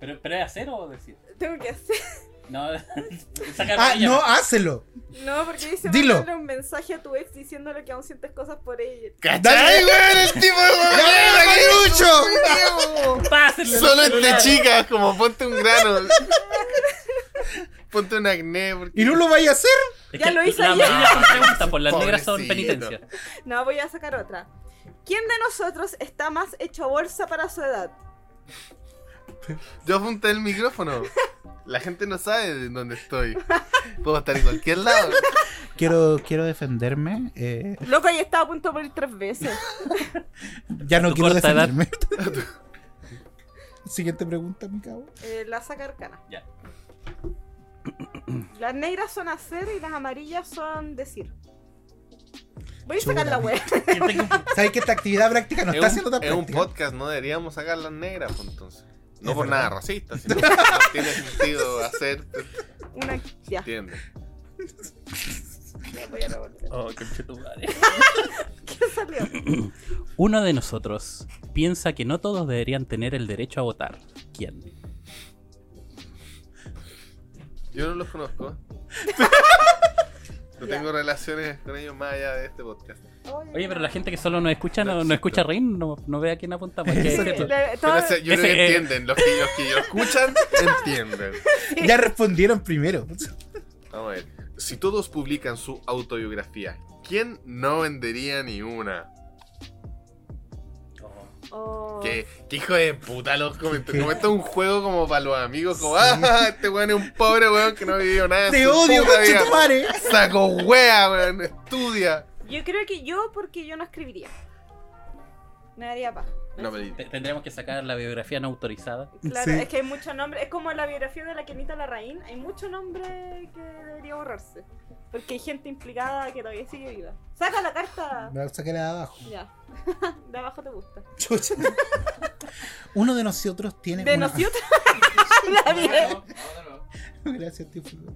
Speaker 4: ¿Pero, pero es hacer o decir?
Speaker 2: Tengo que hacer.
Speaker 4: No, saca
Speaker 1: Ah,
Speaker 4: ella.
Speaker 1: no, hácelo.
Speaker 2: No, porque dice
Speaker 1: Dilo.
Speaker 2: mandarle un mensaje a tu ex diciéndole que aún sientes cosas por ella.
Speaker 3: ¡Cachai, weón! El tipo de
Speaker 1: ¡Dale,
Speaker 4: Pásenle el
Speaker 3: Solo este
Speaker 4: celular.
Speaker 3: chica, es como ponte un grano. ponte un acné. Porque...
Speaker 1: ¿Y no lo vaya a hacer?
Speaker 4: Es
Speaker 2: Ya
Speaker 4: que
Speaker 2: lo hice
Speaker 4: La
Speaker 2: ayer.
Speaker 4: amarilla son preguntas, por las negras son
Speaker 3: Pobrecito.
Speaker 4: penitencia.
Speaker 2: No, voy a sacar otra. ¿Quién de nosotros está más hecho bolsa para su edad?
Speaker 3: Yo apunté el micrófono. La gente no sabe de dónde estoy. Puedo estar en cualquier lado.
Speaker 1: Quiero, quiero defenderme. eh,
Speaker 2: Loco, ahí estaba a punto de morir tres veces.
Speaker 1: ya no
Speaker 4: Tu
Speaker 1: quiero
Speaker 4: corta edad.
Speaker 1: defenderme. Siguiente pregunta, mi cabo.
Speaker 2: Eh, la saca arcana.
Speaker 4: Ya.
Speaker 2: Las negras son hacer y las amarillas son decir. Voy a
Speaker 1: Chuta.
Speaker 2: sacar la web.
Speaker 4: Yo tengo un-
Speaker 1: ¿Sabes que esta actividad práctica no
Speaker 3: es
Speaker 1: está
Speaker 3: un,
Speaker 1: haciendo tan
Speaker 3: es un
Speaker 1: práctica?
Speaker 3: podcast, no deberíamos sacar las negras, pues, entonces. No
Speaker 1: Es
Speaker 3: por
Speaker 1: verdad.
Speaker 3: nada racista, sino que no tiene sentido hacer,
Speaker 2: Una. Ya.
Speaker 3: ¿entiendes?
Speaker 2: ya, voy a revolver.
Speaker 4: Oh, conchetumare.
Speaker 2: ¿Qué salió?
Speaker 4: Uno de nosotros piensa que no todos deberían tener el derecho a votar. ¿Quién?
Speaker 3: Yo no los conozco. No tengo relaciones con ellos más allá de este podcast.
Speaker 4: Oye, pero la gente que solo nos escucha no,
Speaker 3: No
Speaker 4: no escucha a Rain, no, no ve a quién este apuntamos. ¿Qué es
Speaker 2: Sí,
Speaker 4: esto?
Speaker 2: la-
Speaker 3: Pero
Speaker 2: toda-
Speaker 3: ese- yo creo
Speaker 4: ese-
Speaker 3: que entienden, los que, los que yo escuchan, entienden.
Speaker 1: Ya respondieron primero.
Speaker 3: Vamos a ver. Si todos publican su autobiografía, ¿quién no vendería ni una?
Speaker 2: Oh.
Speaker 3: ¿Qué, qué hijo de puta los comentarios.
Speaker 1: ¿Qué?
Speaker 3: Como esto es un juego como para los amigos, como,
Speaker 1: Sí.
Speaker 3: ah, este weón es un pobre weón que no ha vivido nada. en
Speaker 1: Te
Speaker 3: su
Speaker 1: odio,
Speaker 3: puta vida".
Speaker 1: conchetumare.
Speaker 3: Saco wea, weón, estudia.
Speaker 2: Yo creo que yo, porque yo no escribiría. Me daría paja.
Speaker 3: No, pero
Speaker 4: Te- Tendríamos que sacar la biografía no autorizada.
Speaker 2: Claro,
Speaker 1: Sí.
Speaker 2: es que hay muchos nombres. Es como la biografía de la Kenita Larraín. Hay muchos nombres que debería borrarse. Porque hay gente implicada que todavía sigue viva. Saca la carta.
Speaker 1: Me saqué la de abajo.
Speaker 2: Ya. De abajo te gusta.
Speaker 1: Chucha. Uno de nosotros tiene.
Speaker 2: De
Speaker 1: una-
Speaker 2: nosotros. Habla bien.
Speaker 1: Gracias, tío. Fulvio.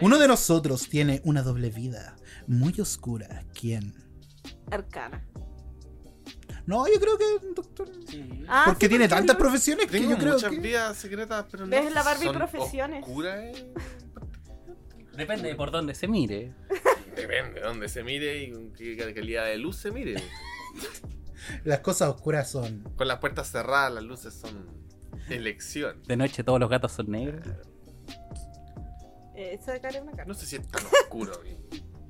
Speaker 1: Uno de nosotros tiene una doble vida muy oscura. ¿Quién?
Speaker 2: Arcana.
Speaker 1: No, yo creo que un doctor.
Speaker 2: Ah,
Speaker 1: Porque
Speaker 2: sí,
Speaker 1: tiene
Speaker 2: porque
Speaker 1: tantas
Speaker 2: no-
Speaker 1: profesiones que
Speaker 3: Tengo
Speaker 1: yo creo
Speaker 3: muchas
Speaker 1: que.
Speaker 3: vidas secretas, pero no.
Speaker 2: Ves la Barbie
Speaker 3: son
Speaker 2: Profesiones.
Speaker 3: oscuras, eh.
Speaker 4: Depende de por dónde se mire.
Speaker 3: Depende de dónde se mire y con qué calidad de luz se mire.
Speaker 1: Las cosas oscuras son.
Speaker 3: Con las puertas cerradas, las luces son. Elección.
Speaker 4: De noche todos los gatos son negros.
Speaker 2: Eh, sacaré una carta.
Speaker 3: No sé si es tan oscuro. güey.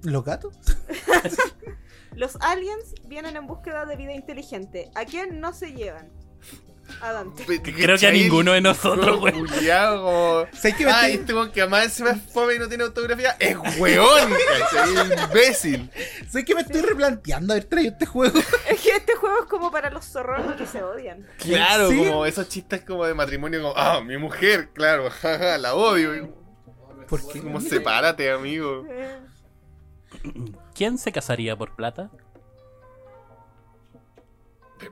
Speaker 1: ¿Los gatos?
Speaker 2: Los aliens vienen en búsqueda de vida inteligente. ¿A quién no se llevan? A Dante.
Speaker 4: Creo que a ninguno de nosotros, güey.
Speaker 3: Juliago.
Speaker 1: ¿Sabes qué me
Speaker 3: Ay,
Speaker 1: estoy-
Speaker 3: este weón que además encima es fome y no tiene autografía. Es weón, ¿cachai? Es imbécil.
Speaker 1: ¿Sabes qué me estoy replanteando haber traído este juego?
Speaker 2: Es que este juego es como para los zorrones que se odian.
Speaker 3: Claro,
Speaker 1: Sí.
Speaker 3: como esos chistes como de matrimonio, como, ah, mi mujer, claro, jaja, la odio. Y
Speaker 1: ¿Por qué?
Speaker 3: Como sepárate, amigo.
Speaker 2: Eh,
Speaker 4: ¿Quién se casaría por plata? ¡Qué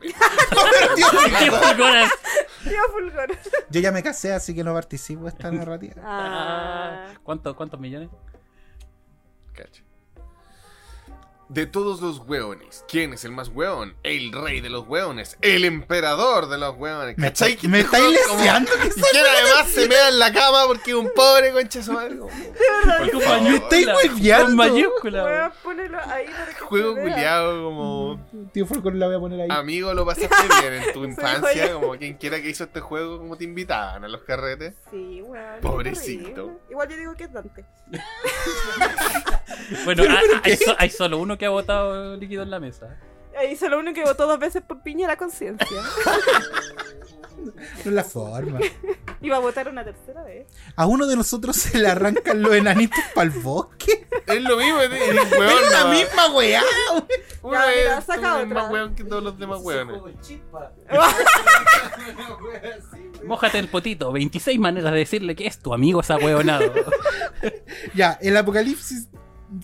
Speaker 4: fulgoras!
Speaker 2: Tío Fulgor.
Speaker 1: Yo ya me casé, así que no participo de esta narrativa.
Speaker 2: Ah.
Speaker 4: ¿Cuánto- ¿Cuántos millones?
Speaker 3: Cacho. De todos los hueones, ¿quién es el más hueón? El rey de los hueones, el emperador de los hueones.
Speaker 1: Me
Speaker 3: ¿Cachai?
Speaker 1: estáis-
Speaker 3: Que
Speaker 1: me
Speaker 3: este
Speaker 1: estáis
Speaker 3: weón como-
Speaker 1: leseando que
Speaker 3: Y que además se mea en la cama porque es un pobre concha de su madre. como- Por favor.
Speaker 4: ¡Me
Speaker 1: estoy hueveando.
Speaker 4: ¡Con mayúscula!
Speaker 2: Weón, ponelo ahí para que
Speaker 3: Juego
Speaker 2: se vea.
Speaker 3: culiado como...
Speaker 1: Tío Fulcor la voy a poner ahí.
Speaker 3: Amigo, lo pasaste bien en tu infancia,
Speaker 2: joya.
Speaker 3: como quien quiera que hizo este juego, como te invitaban a los carretes.
Speaker 2: Sí, weón. qué
Speaker 3: Pobrecito.
Speaker 2: terrible. Igual yo digo que es Dante.
Speaker 4: Bueno, ah, hay, so- hay solo uno que ha botado líquido en la mesa.
Speaker 2: Ahí solo uno que votó dos veces por piña la conciencia.
Speaker 1: No es la forma.
Speaker 2: Iba a votar una tercera vez.
Speaker 1: A uno de nosotros se le arrancan los enanitos para el bosque.
Speaker 3: Es lo mismo, es es
Speaker 1: Pero
Speaker 3: hueón.
Speaker 1: es la
Speaker 3: nomás.
Speaker 1: misma weá.
Speaker 3: Una
Speaker 2: Ya, mira,
Speaker 3: vez
Speaker 2: saca
Speaker 3: tú eres
Speaker 2: otra.
Speaker 3: más hueón que todos los demás hueones.
Speaker 4: Mójate el potito, 26 maneras de decirle que es tu amigo esa hueonado.
Speaker 1: Ya, el apocalipsis.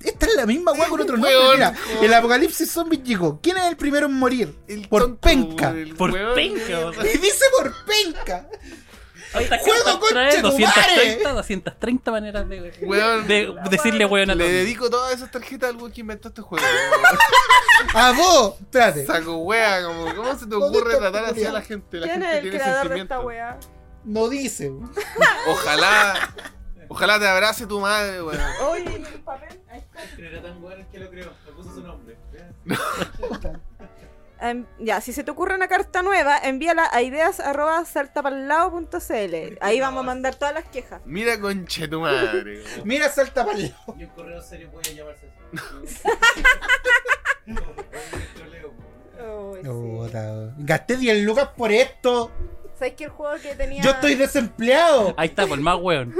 Speaker 1: Esta es la misma weá con otro nombre.
Speaker 3: Weón,
Speaker 1: Mira,
Speaker 3: weón.
Speaker 1: el apocalipsis zombie llegó. ¿Quién es el primero en morir? por penca.
Speaker 4: Por penca, weón.
Speaker 1: Y dice por penca.
Speaker 4: ¿Cuántas
Speaker 1: ¡Juego,
Speaker 4: cartas
Speaker 1: concha
Speaker 4: trae?
Speaker 1: tu
Speaker 4: 230, 230 maneras de,
Speaker 3: Weón.
Speaker 4: de decirle hueonado.
Speaker 3: Le dedico todas esas tarjetas al weón que inventó este juego. weón.
Speaker 1: A vos. Espérate.
Speaker 3: Saco wea, como, ¿cómo se te
Speaker 1: Maldito
Speaker 3: ocurre tratar así a
Speaker 1: culiao.
Speaker 3: la gente? La
Speaker 2: ¿Quién es
Speaker 3: gente
Speaker 2: el
Speaker 3: tiene
Speaker 2: creador de esta
Speaker 3: sentimientos.
Speaker 2: weá?
Speaker 1: No dice.
Speaker 3: Ojalá, ojalá te abrace tu madre, weón.
Speaker 2: Oye, ¿y el papel? Ahí está.
Speaker 6: Era tan bueno que lo creó, le puso su nombre.
Speaker 2: Em, ya, si se te ocurre una carta nueva, envíala a ideas.saltapallao.cl. Ahí vamos a mandar todas las quejas.
Speaker 3: Mira conche tu madre. weón.
Speaker 1: Mira, salta para el lado.
Speaker 6: Y un correo serio puede llamarse así.
Speaker 2: Oh, sí.
Speaker 1: Puta, Gasté 10 lucas por esto.
Speaker 2: ¿Sabes que el juego que tenía.
Speaker 1: Yo estoy desempleado.
Speaker 4: Ahí está, por más hueón.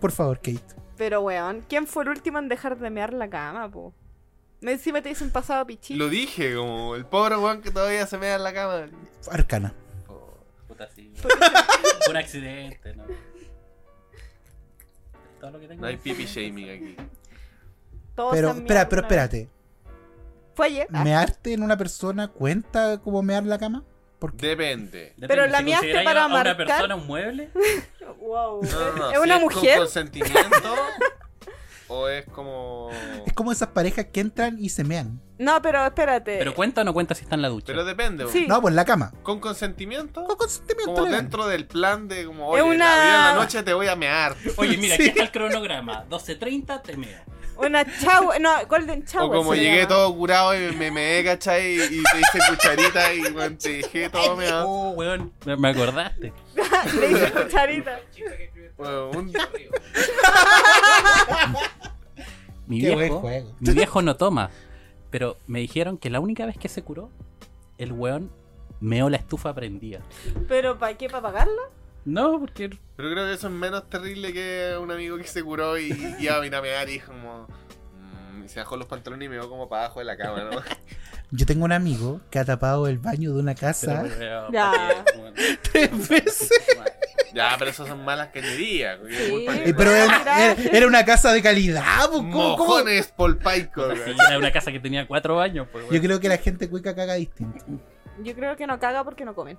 Speaker 1: Por favor, Kate.
Speaker 2: Pero weón, ¿quién fue el último en dejar de mear la cama, po? Encima te dicen pasado pichín.
Speaker 3: Lo dije, como el pobre weón que todavía se mea en la cama.
Speaker 1: Arcana.
Speaker 4: Puta, sí. Un accidente, ¿no? Todo lo que tengo
Speaker 3: No hay
Speaker 4: que
Speaker 3: pipi
Speaker 4: decir.
Speaker 3: shaming aquí.
Speaker 2: Todos
Speaker 1: Pero,
Speaker 2: han meado
Speaker 1: espera, pero
Speaker 2: alguna vez.
Speaker 1: espérate.
Speaker 2: Fue ayer. Ah.
Speaker 1: ¿Mearte en una persona cuenta como mear la cama? Porque
Speaker 3: Depende.
Speaker 4: Depende,
Speaker 2: Pero la
Speaker 4: si
Speaker 2: mía hace
Speaker 4: consideráis
Speaker 2: para
Speaker 4: a una
Speaker 2: marcar-
Speaker 4: persona un mueble.
Speaker 2: Ah, Wow.
Speaker 3: No, no,
Speaker 2: ¿Es
Speaker 3: si
Speaker 2: una
Speaker 3: con
Speaker 2: mujer?
Speaker 3: consentimiento o es como.
Speaker 1: es como esas parejas que entran y se mean.
Speaker 2: No, pero espérate.
Speaker 4: Pero cuenta o no cuenta si está en la ducha.
Speaker 3: Pero depende.
Speaker 2: Sí.
Speaker 1: No, pues en la cama.
Speaker 3: ¿Con consentimiento?
Speaker 1: Con consentimiento
Speaker 3: Como
Speaker 1: legal.
Speaker 3: dentro del plan de como, oye,
Speaker 2: Es una-
Speaker 3: la vida en la noche te voy a mear.
Speaker 4: Oye, mira,
Speaker 1: Sí.
Speaker 4: aquí está el cronograma. 12.30 te meo.
Speaker 2: Una chau. No, Golden Chau.
Speaker 3: O como llegué todo curado y me meé, ¿cachai? Y te hice cucharita y weón, te dejé todo meado.
Speaker 4: Oh, weón, me- me acordaste.
Speaker 2: Le hice cucharita.
Speaker 3: Weón, un-
Speaker 4: Mi
Speaker 1: Qué buen
Speaker 4: viejo,
Speaker 1: juego.
Speaker 4: mi viejo no toma. Pero me dijeron que la única vez que se curó, el weón meó la estufa prendida.
Speaker 2: ¿Pero para qué? ¿Para pagarlo?
Speaker 4: No, porque
Speaker 3: Pero creo que eso es menos terrible que un amigo que se curó y y iba a venir a mear y como... mm, y se bajó los pantalones y meó como para abajo de la cama, ¿no?
Speaker 1: Yo tengo un amigo que ha tapado el baño de una casa
Speaker 2: Ya.
Speaker 1: tres veces.
Speaker 3: ya, pero eso son malas cañerías. güey.
Speaker 2: Sí.
Speaker 3: Muy
Speaker 1: Eh, Pero era una, era- era una casa de calidad. pues, ¿Cómo, cómo?
Speaker 3: Mojones polpaico.
Speaker 4: Puta, sí, era una casa que tenía cuatro baños. Pues,
Speaker 1: Yo
Speaker 4: weón.
Speaker 1: creo que la gente cuica caga distinto.
Speaker 2: Yo creo que no caga porque no comen.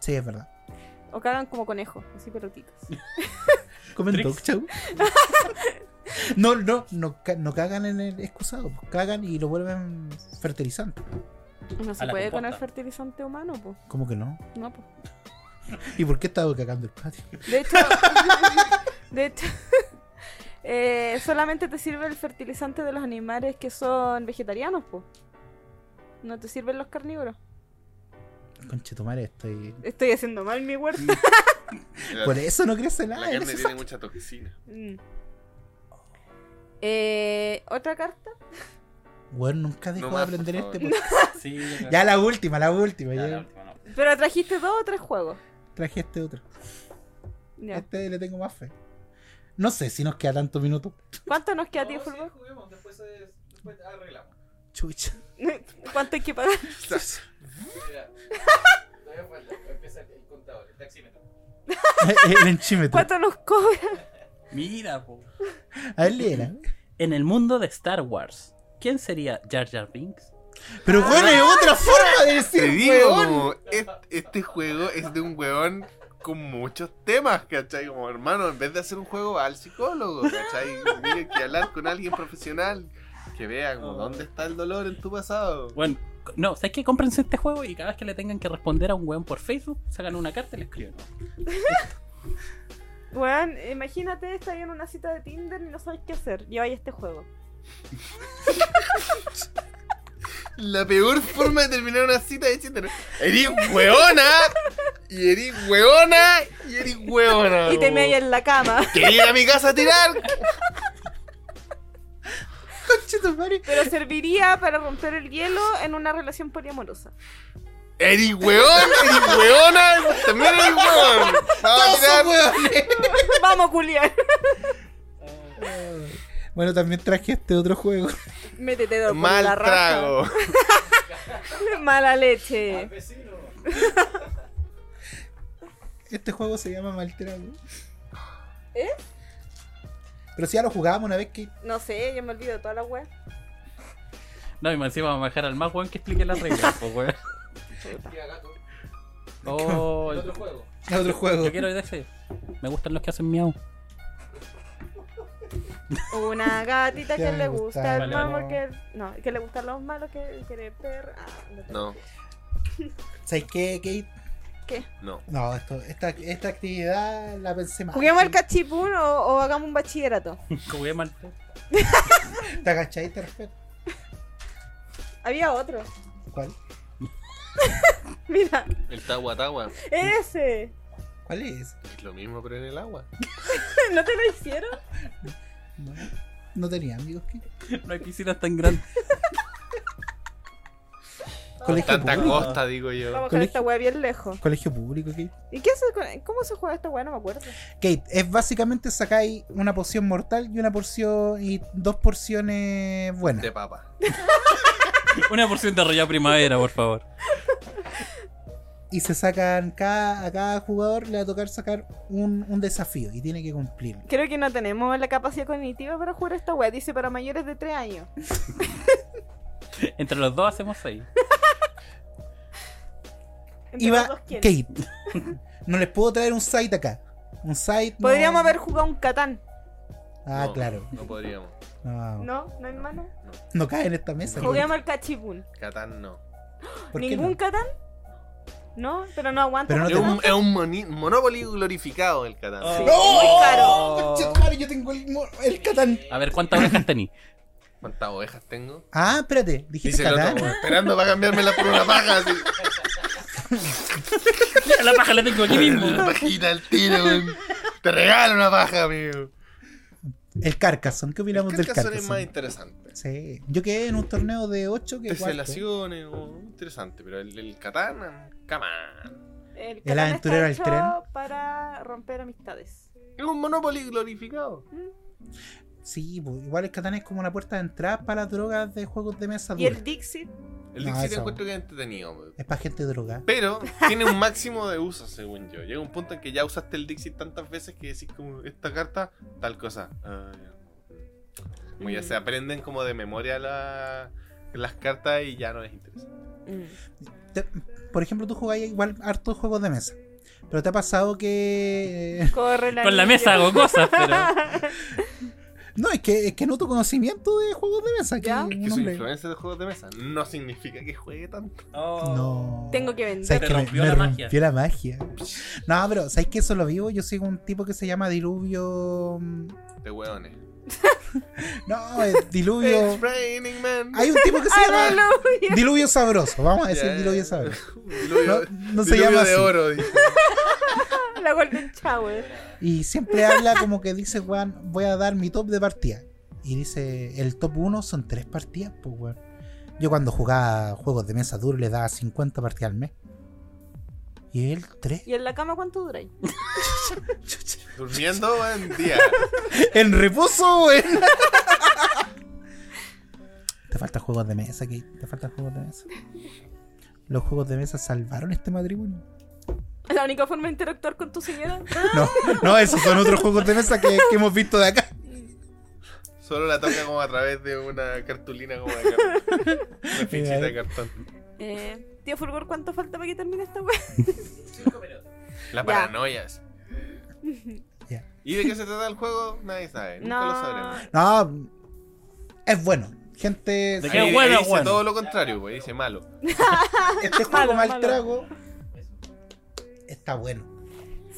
Speaker 1: Sí, es verdad.
Speaker 2: O cagan como conejos, así pelotitas.
Speaker 1: Comentó,
Speaker 4: Tricks.
Speaker 1: chau. No, no, no, ca- no cagan en el excusado, pues, cagan y lo vuelven fertilizante.
Speaker 2: No
Speaker 4: A
Speaker 2: se
Speaker 4: la
Speaker 2: puede con el
Speaker 4: composta.
Speaker 2: fertilizante humano, pues.
Speaker 1: ¿Cómo que no?
Speaker 2: No, po.
Speaker 1: ¿Y por qué estaba cagando el patio?
Speaker 2: De hecho, de hecho eh, solamente te sirve el fertilizante de los animales que son vegetarianos, pues. No te sirven los carnívoros.
Speaker 1: Conchetumare, estoy.
Speaker 2: Estoy haciendo mal mi huerta.
Speaker 3: La,
Speaker 1: Por eso no crece
Speaker 3: la
Speaker 1: nada.
Speaker 3: carne
Speaker 1: eres-
Speaker 3: tiene mucha toxina.
Speaker 2: Mm. Eh, Otra carta.
Speaker 1: Weón, nunca dejo
Speaker 3: No
Speaker 1: de
Speaker 3: más, por
Speaker 1: aprender este
Speaker 3: favor.
Speaker 1: podcast.
Speaker 4: Sí,
Speaker 1: Ya la última, la última. Ya,
Speaker 2: Pero trajiste dos o tres juegos.
Speaker 1: Traje este otro.
Speaker 2: Ya.
Speaker 1: Este le tengo más fe. No sé si nos queda tanto minuto.
Speaker 2: ¿Cuánto nos queda, tío
Speaker 6: No, sí,
Speaker 2: Fulvio?
Speaker 6: juguemos, después, se- después arreglamos.
Speaker 1: Chucha.
Speaker 2: ¿Cuánto hay que pagar?
Speaker 6: Mira, todavía falta. Empieza el contador, el taxímetro.
Speaker 1: El enchímetro.
Speaker 2: ¿Cuánto nos cobra?
Speaker 4: Mira, po.
Speaker 1: A ver, léela.
Speaker 4: En el mundo de Star Wars, ¿quién sería Jar Jar Binks?
Speaker 1: Pero bueno, es otra forma de
Speaker 3: Te
Speaker 1: decir
Speaker 3: digo,
Speaker 1: weón.
Speaker 3: como, es- este juego es de un weón con muchos temas, ¿cachai? Como hermano, en vez de hacer un juego, va al psicólogo, ¿cachai? Tiene que hablar con alguien profesional que vea como
Speaker 1: Oh.
Speaker 3: dónde está el dolor en tu pasado.
Speaker 4: Bueno, no, ¿sabes qué? Cómprense este juego y cada vez que le tengan que responder a un weón por Facebook, sacan una carta y le escriben.
Speaker 2: Weón, imagínate, estás en una cita de Tinder y no sabes qué hacer. Lleváis este juego.
Speaker 3: La peor forma de terminar una cita es diciendo, eres weona, y eres weona, y eres weona.
Speaker 2: Y te
Speaker 3: como,
Speaker 2: meáis en la cama.
Speaker 3: "Quería ir a mi casa a tirar.
Speaker 1: Conchetumare.
Speaker 2: Pero serviría para romper el hielo en una relación poliamorosa.
Speaker 3: Eres weón, eres weona, también eres weón. Vamos a tirar.
Speaker 2: Vamos, culiar.
Speaker 1: Bueno, también traje este otro juego.
Speaker 2: Métete dos por
Speaker 3: Mal
Speaker 2: la raja.
Speaker 3: trago.
Speaker 2: Mala
Speaker 4: Ah,
Speaker 2: leche.
Speaker 4: pues.
Speaker 6: Vecino.
Speaker 1: Este juego se llama Maltrago.
Speaker 2: ¿Eh?
Speaker 1: Pero si ya lo jugábamos una vez que.
Speaker 2: No sé, ya me olvido de toda la web.
Speaker 4: No, y más encima vamos a bajar al más weón que explique las reglas, po, weón.
Speaker 6: Queda gato.
Speaker 4: Oh,
Speaker 6: El otro juego.
Speaker 1: Era otro juego.
Speaker 4: yo quiero ese. Me gustan los que hacen miau.
Speaker 2: Una gatita
Speaker 1: Ya
Speaker 2: que
Speaker 1: me
Speaker 2: le
Speaker 1: gusta.
Speaker 2: gusta el
Speaker 4: Vale,
Speaker 2: malo
Speaker 1: no.
Speaker 2: que. No, que le gustan los malos que quiere perra. Ah, no. tengo.
Speaker 3: No,
Speaker 1: ¿Sabes qué, Kate?
Speaker 3: no.
Speaker 1: No, esto, esta, esta actividad la pensé mal.
Speaker 2: ¿Juguemos al cachipún o, o hagamos un bachillerato?
Speaker 4: Jugué mal. po.
Speaker 1: ¿Te agacháis, te respeto?
Speaker 2: Había otro.
Speaker 1: ¿Cuál?
Speaker 2: Mira,
Speaker 3: El tagua tagua
Speaker 2: ese.
Speaker 1: ¿Cuál es?
Speaker 3: es lo mismo, pero en el agua.
Speaker 2: ¿No te lo hicieron?
Speaker 1: No, no tenía amigos, Kate.
Speaker 4: No hay piscinas tan grandes.
Speaker 1: Colegio
Speaker 3: Tanta
Speaker 1: público.
Speaker 3: costa, digo yo.
Speaker 2: Vamos a
Speaker 1: Colegio.
Speaker 2: bajar esta wea bien lejos.
Speaker 1: Colegio público, Kate.
Speaker 2: ¿Y qué se, con- cómo se juega esta wea? No me acuerdo.
Speaker 1: Kate, es básicamente sacáis una porción mortal y una porción. y dos porciones buenas.
Speaker 3: De papa.
Speaker 4: Una porción de arrollado primavera, por favor.
Speaker 1: y se sacan cada, a cada jugador le va a tocar sacar un, un desafío y tiene que cumplirlo.
Speaker 2: Creo que no tenemos la capacidad cognitiva para jugar esta wea. Dice para mayores de 3 años.
Speaker 4: Entre los dos hacemos seis.
Speaker 2: Entre los
Speaker 1: Iba
Speaker 2: dos, ¿quién?
Speaker 1: Kate. no les puedo traer un site acá. Un site. no-
Speaker 2: Podríamos haber jugado un Catán.
Speaker 1: Ah,
Speaker 3: No,
Speaker 1: claro.
Speaker 3: No podríamos.
Speaker 1: No, no.
Speaker 2: ¿No? ¿No, hermano?
Speaker 1: cae en esta mesa.
Speaker 3: Jugué-
Speaker 2: Juguemos al cachipún.
Speaker 3: Catán no.
Speaker 1: ¿Por qué
Speaker 2: ¿Ningún
Speaker 1: no?
Speaker 2: Catán? No, pero no aguanta.
Speaker 1: Pero no
Speaker 3: Es
Speaker 1: te- Ah.
Speaker 3: un, es un moni- Monopoly glorificado el Catán.
Speaker 4: Oh.
Speaker 2: Sí, muy caro.
Speaker 1: ¡No! Conchetumare, yo tengo el, mo- el Catán.
Speaker 4: A ver, ¿cuántas orejas tení?
Speaker 3: ¿Cuántas ovejas tengo?
Speaker 1: Ah, espérate, dijiste
Speaker 3: Dice el otro,
Speaker 1: Catán.
Speaker 3: como esperando para cambiármela por una paja. Así.
Speaker 4: Mira, la paja la tengo aquí mismo.
Speaker 3: Una pajita al tiro, weón. Te regalo una paja, amigo.
Speaker 1: El Carcassonne, ¿qué opinamos
Speaker 3: ¿Qué
Speaker 1: del
Speaker 3: caso es más
Speaker 1: Carcassonne?
Speaker 3: interesante?
Speaker 1: Sí, yo quedé en un torneo de 8 que cuarto.
Speaker 3: Teselaciones, o- oh, interesante, pero el, el Catán, come on.
Speaker 2: El,
Speaker 1: El aventurero
Speaker 2: aventurero
Speaker 1: del
Speaker 2: está hecho para romper amistades.
Speaker 3: Es un Monopoly glorificado.
Speaker 1: Sí, pues, igual el Catán es como una puerta de entrada para las drogas de juegos de mesa
Speaker 2: Y
Speaker 1: duras.
Speaker 2: el Dixit,
Speaker 3: El
Speaker 1: No,
Speaker 3: Dixit
Speaker 1: eso.
Speaker 3: encuentro que es entretenido, weón.
Speaker 1: Es para gente droga.
Speaker 3: Pero tiene un máximo de usos, según yo. Llega un punto en que ya usaste el Dixit tantas veces que decís como esta carta, tal cosa. Ah, ya. Como
Speaker 1: Mm.
Speaker 3: ya se aprenden como de memoria la- las cartas y ya no les interesa.
Speaker 4: Mm.
Speaker 1: Te- por ejemplo, tú jugás igual hartos juegos de mesa. Pero te ha pasado que.
Speaker 2: corre la
Speaker 4: Con la
Speaker 2: niña.
Speaker 4: mesa hago cosas, pero.
Speaker 1: No, es que, es que no tu conocimiento de juegos de mesa. Que
Speaker 2: ¿Ya?
Speaker 1: un
Speaker 3: Es que soy
Speaker 1: hombre-
Speaker 3: influencer de juegos de mesa. No significa que juegue tanto.
Speaker 4: Oh.
Speaker 1: No.
Speaker 2: Tengo que
Speaker 1: O
Speaker 2: vender.
Speaker 1: sea,
Speaker 4: Te
Speaker 1: que me,
Speaker 4: rompió
Speaker 1: me
Speaker 4: la magia.
Speaker 1: rompió la magia. No, pero ¿sabes que eso lo vivo? Yo sigo un tipo que se llama Diluvio. mm,
Speaker 3: De hueones.
Speaker 1: No, es diluvio.
Speaker 3: It's raining, man.
Speaker 1: Hay un tipo que
Speaker 2: Ah,
Speaker 1: se llama
Speaker 2: Aleluya.
Speaker 1: Diluvio Sabroso. Vamos a decir
Speaker 3: Ya, ya,
Speaker 1: Diluvio
Speaker 3: ya.
Speaker 1: Sabroso.
Speaker 3: Diluvio,
Speaker 1: No- no se
Speaker 3: diluvio
Speaker 1: llama
Speaker 3: de
Speaker 1: así.
Speaker 3: oro, dice.
Speaker 2: La Golden Shower.
Speaker 1: Y siempre habla como que dice, weón, voy a dar mi top de partida. Y dice, el top 1 son 3 partidas, pues, weón. Yo cuando jugaba juegos de mesa duro le daba 50 partidas al mes. Y él 3.
Speaker 2: ¿Y en la cama cuánto dura?
Speaker 3: Durmiendo en día.
Speaker 1: En reposo, weón. te faltan juegos de mesa, Kate. Te faltan juegos de mesa. Los juegos de mesa salvaron este matrimonio.
Speaker 2: La única forma de interactuar con tu señora.
Speaker 3: Ah.
Speaker 1: No, no, esos son otros juegos de mesa que, que hemos visto de acá.
Speaker 3: Solo la toca como a través de una cartulina como de cartón. Una fichita de cartón.
Speaker 2: Eh, tío Fulgor, ¿cuánto falta para que termine esta web?
Speaker 3: La
Speaker 2: Ya.
Speaker 3: paranoia. sí.
Speaker 1: Ya.
Speaker 3: ¿Y de qué se trata el juego? Nadie sabe. Nunca lo sabremos.
Speaker 1: No, es bueno. Gente,
Speaker 4: ¿De
Speaker 3: Ahí-
Speaker 4: qué
Speaker 3: ahí
Speaker 4: bueno,
Speaker 3: dice
Speaker 4: bueno.
Speaker 3: todo lo contrario, güey. Dice malo.
Speaker 1: este
Speaker 2: Malo,
Speaker 1: juego mal
Speaker 2: malo.
Speaker 1: trago está bueno.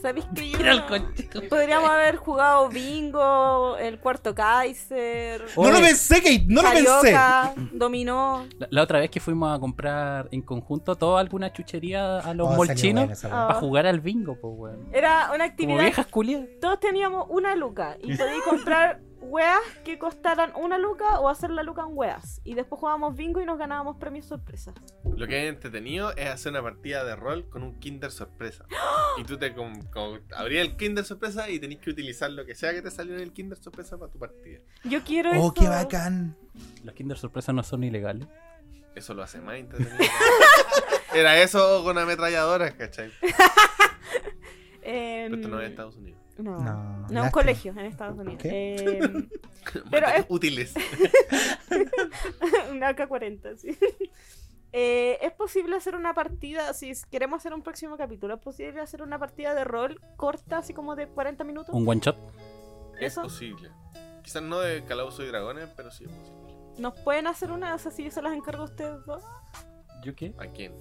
Speaker 2: ¿Sabéis que yo?
Speaker 4: Mira el conchito.
Speaker 2: Podríamos haber jugado bingo, el cuarto Kaiser,
Speaker 4: Oye,
Speaker 1: No lo pensé, Kate, Oh, no lo pensé.
Speaker 2: Carioca, dominó.
Speaker 4: La, la otra vez que fuimos a comprar en conjunto toda alguna chuchería a los
Speaker 1: Oh, salió
Speaker 4: molchinos
Speaker 1: buena esa weá.
Speaker 2: Ah.
Speaker 4: para jugar al bingo, pues, weón.
Speaker 2: Era una
Speaker 4: Como
Speaker 2: actividad.
Speaker 4: viejas culiadas.
Speaker 2: Todos teníamos una luca y podíais comprar weas que costaran una luca o hacer la luca en weas. Y después jugábamos bingo y nos ganábamos premios sorpresa.
Speaker 3: Lo que es entretenido es hacer una partida de rol con un Kinder sorpresa. Y tú te com- com- abrí el Kinder sorpresa y tenés que utilizar lo que sea que te salió en el Kinder sorpresa para tu partida.
Speaker 2: Yo quiero
Speaker 1: Oh,
Speaker 2: Ah, eso.
Speaker 1: qué bacán.
Speaker 4: Los Kinder Sorpresa no son ilegales.
Speaker 3: Eso lo hace más entretenido. Era eso con ametralladoras, ¿cachai?
Speaker 2: Em,
Speaker 3: Pero esto no es Estados Unidos.
Speaker 2: No,
Speaker 1: No,
Speaker 2: no, un
Speaker 1: lástima.
Speaker 2: colegio en Estados Unidos.
Speaker 1: ¿Qué?
Speaker 2: Em, Pero es-
Speaker 3: útiles.
Speaker 2: una AK-40, sí. Eh, ¿Es posible hacer una partida, si queremos hacer un próximo capítulo, ¿es posible hacer una partida de rol corta, así como de 40 minutos?
Speaker 4: Un one shot.
Speaker 3: Es
Speaker 2: ¿Eso?
Speaker 3: posible. Quizás no de Calabozos y Dragones, pero sí es posible.
Speaker 2: ¿Nos pueden hacer una? O sea, si yo se las encargo a ustedes dos.
Speaker 4: ¿Yo qué?
Speaker 3: ¿A quién?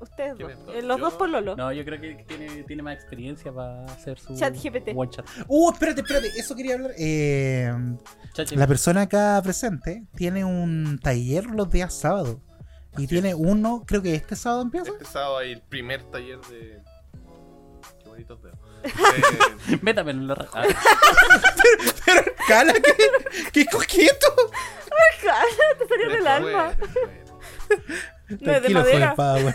Speaker 2: Ustedes
Speaker 3: ¿Quién
Speaker 2: dos.
Speaker 3: es todo?
Speaker 2: Eh, los
Speaker 3: ¿Yo?
Speaker 2: dos por Lolo.
Speaker 4: No, yo creo que tiene, tiene más experiencia para hacer su
Speaker 2: ChatGPT.
Speaker 4: one shot.
Speaker 1: Uh, espérate, espérate, eso quería hablar. Eh,
Speaker 4: ChatGPT.
Speaker 1: la persona acá presente tiene un taller los días sábados. Y tiene uno, creo que este sábado empieza.
Speaker 3: Este sábado hay el primer taller de. Qué bonitos dedos. De-
Speaker 4: Métamelo en la ra- Ah,
Speaker 1: Pero, cala, qué, qué coqueto.
Speaker 2: te salió
Speaker 3: de
Speaker 2: del alma.
Speaker 3: fuego, de fuego.
Speaker 2: No es de madera.
Speaker 1: espada, weón.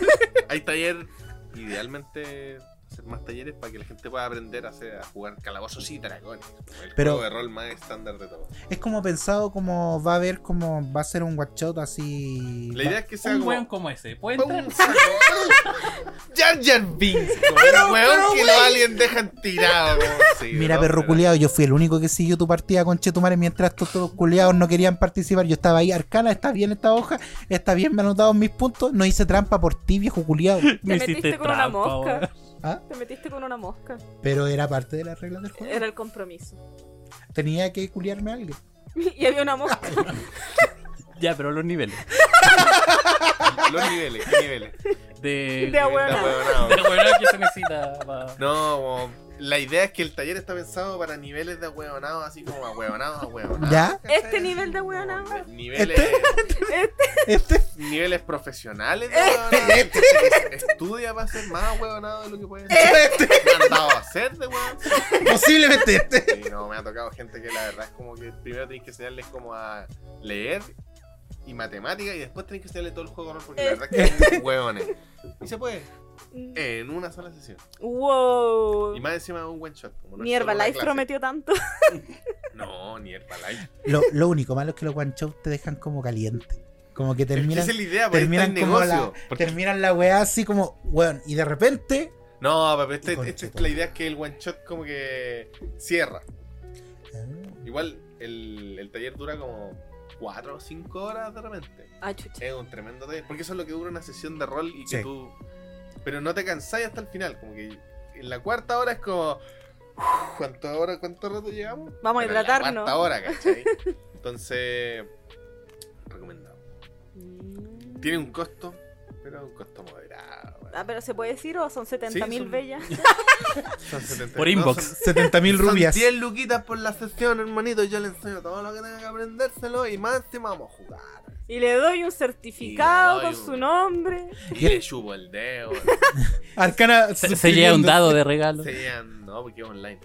Speaker 3: Hay taller, idealmente hacer más talleres para que la gente pueda aprender a, hacer, a jugar calabozos y dragones. El
Speaker 1: Pero-
Speaker 3: juego de rol más estándar de todo.
Speaker 1: Es como pensado, como va a haber, como va a ser un one shot así.
Speaker 3: La idea es que sea
Speaker 4: un
Speaker 3: como.
Speaker 4: weón como ese. ¿Puede entrar?
Speaker 3: ¡Pum! saco. Jar Jar Binks, como el weón que los aliens dejan tirado. como, sí,
Speaker 1: Mira,
Speaker 3: ¿no?
Speaker 1: perro
Speaker 3: Pero-
Speaker 1: culiado, yo fui el único que siguió tu partida con Chetumare mientras todos los culiados no querían participar. Yo estaba ahí, Arcana, está bien esta hoja, está bien, me anotados mis puntos. No hice trampa por ti, viejo culiado.
Speaker 4: Me
Speaker 2: metiste
Speaker 4: hiciste
Speaker 2: con una
Speaker 4: trampa,
Speaker 2: mosca.
Speaker 4: weón.
Speaker 1: ¿Ah?
Speaker 2: Te metiste con una mosca.
Speaker 1: Pero era parte de las reglas del juego.
Speaker 3: Eh.
Speaker 2: Era el compromiso.
Speaker 1: Tenía que culiarme a alguien.
Speaker 2: Y había una mosca.
Speaker 4: Ya, pero los niveles.
Speaker 3: Los niveles, ¿qué niveles?
Speaker 4: De,
Speaker 2: De
Speaker 3: Está
Speaker 2: abuela.
Speaker 3: huevonao.
Speaker 4: de la weón que se necesita pa-
Speaker 3: No, como- la idea es que el taller está pensado para niveles de huevonados, así como a huevonados, a huevonados.
Speaker 1: ¿Ya?
Speaker 2: Este nivel de hueonao.
Speaker 3: Niveles,
Speaker 2: Este-
Speaker 1: Este,
Speaker 3: niveles profesionales de huevonados. Estudia para ser más huevonado de lo que puede ser. Me han dado a ser de huevonado.
Speaker 1: ¿Este? posiblemente este.
Speaker 3: Sí, no, me ha tocado gente que la verdad es como que primero tenés que enseñarles como a leer y matemática y después tenés que enseñarle todo el juego de rol porque la verdad es
Speaker 1: Este.
Speaker 3: que son huevones. Y se puede en una sola sesión.
Speaker 2: wow.
Speaker 3: Eh. Y más encima un one shot. Como no es
Speaker 2: Ni
Speaker 3: solo una
Speaker 2: Herbalife
Speaker 3: clase. Eh,
Speaker 2: prometió tanto.
Speaker 3: No, ni Herbalife.
Speaker 1: Lo, lo único malo es que los one shots te dejan como caliente. Como que terminan,
Speaker 3: Es que esa es la idea, porque
Speaker 1: terminan
Speaker 3: está el
Speaker 1: como la,
Speaker 3: negocio. Porque-
Speaker 1: terminan la weá así como, weón, y de repente.
Speaker 3: No, pero este-
Speaker 1: Y con
Speaker 3: esta es
Speaker 1: Cheto.
Speaker 3: la idea que el one shot como que cierra. Igual el, el taller dura como 4 o 5 horas de repente.
Speaker 2: Ah, chucha.
Speaker 3: Es un tremendo taller. Porque eso es lo que dura una sesión de rol y que
Speaker 1: Sí.
Speaker 3: tú... Pero no te cansáis hasta el final. Como que en la cuarta hora es como... "Uf, ¿Cuánto, hora, cuánto rato llevamos?
Speaker 2: Vamos a
Speaker 3: Pero en la
Speaker 2: hidratarnos.
Speaker 3: cuarta hora, ¿cachai? Entonces... Recomendado.
Speaker 2: Mm.
Speaker 3: Tiene un costo, pero un costo moderado.
Speaker 2: Ah, pero ¿se puede decir o son 70.000
Speaker 3: Sí, son-
Speaker 2: bellas?
Speaker 3: Son 70.
Speaker 4: Por
Speaker 3: no,
Speaker 4: inbox.
Speaker 3: son-
Speaker 1: 70.000
Speaker 3: son
Speaker 1: rubias.
Speaker 3: 10 luquitas por la sesión, hermanito. Yo le enseño todo lo que tenga que aprendérselo y más encima vamos a jugar.
Speaker 2: Y le doy un certificado
Speaker 3: Y le doy
Speaker 2: con
Speaker 3: un-
Speaker 2: su nombre.
Speaker 1: Pues
Speaker 3: Y le chupo el dedo.
Speaker 1: Arcana
Speaker 4: Se, se lleva un dado de regalo.
Speaker 3: se llegan, no, porque es online.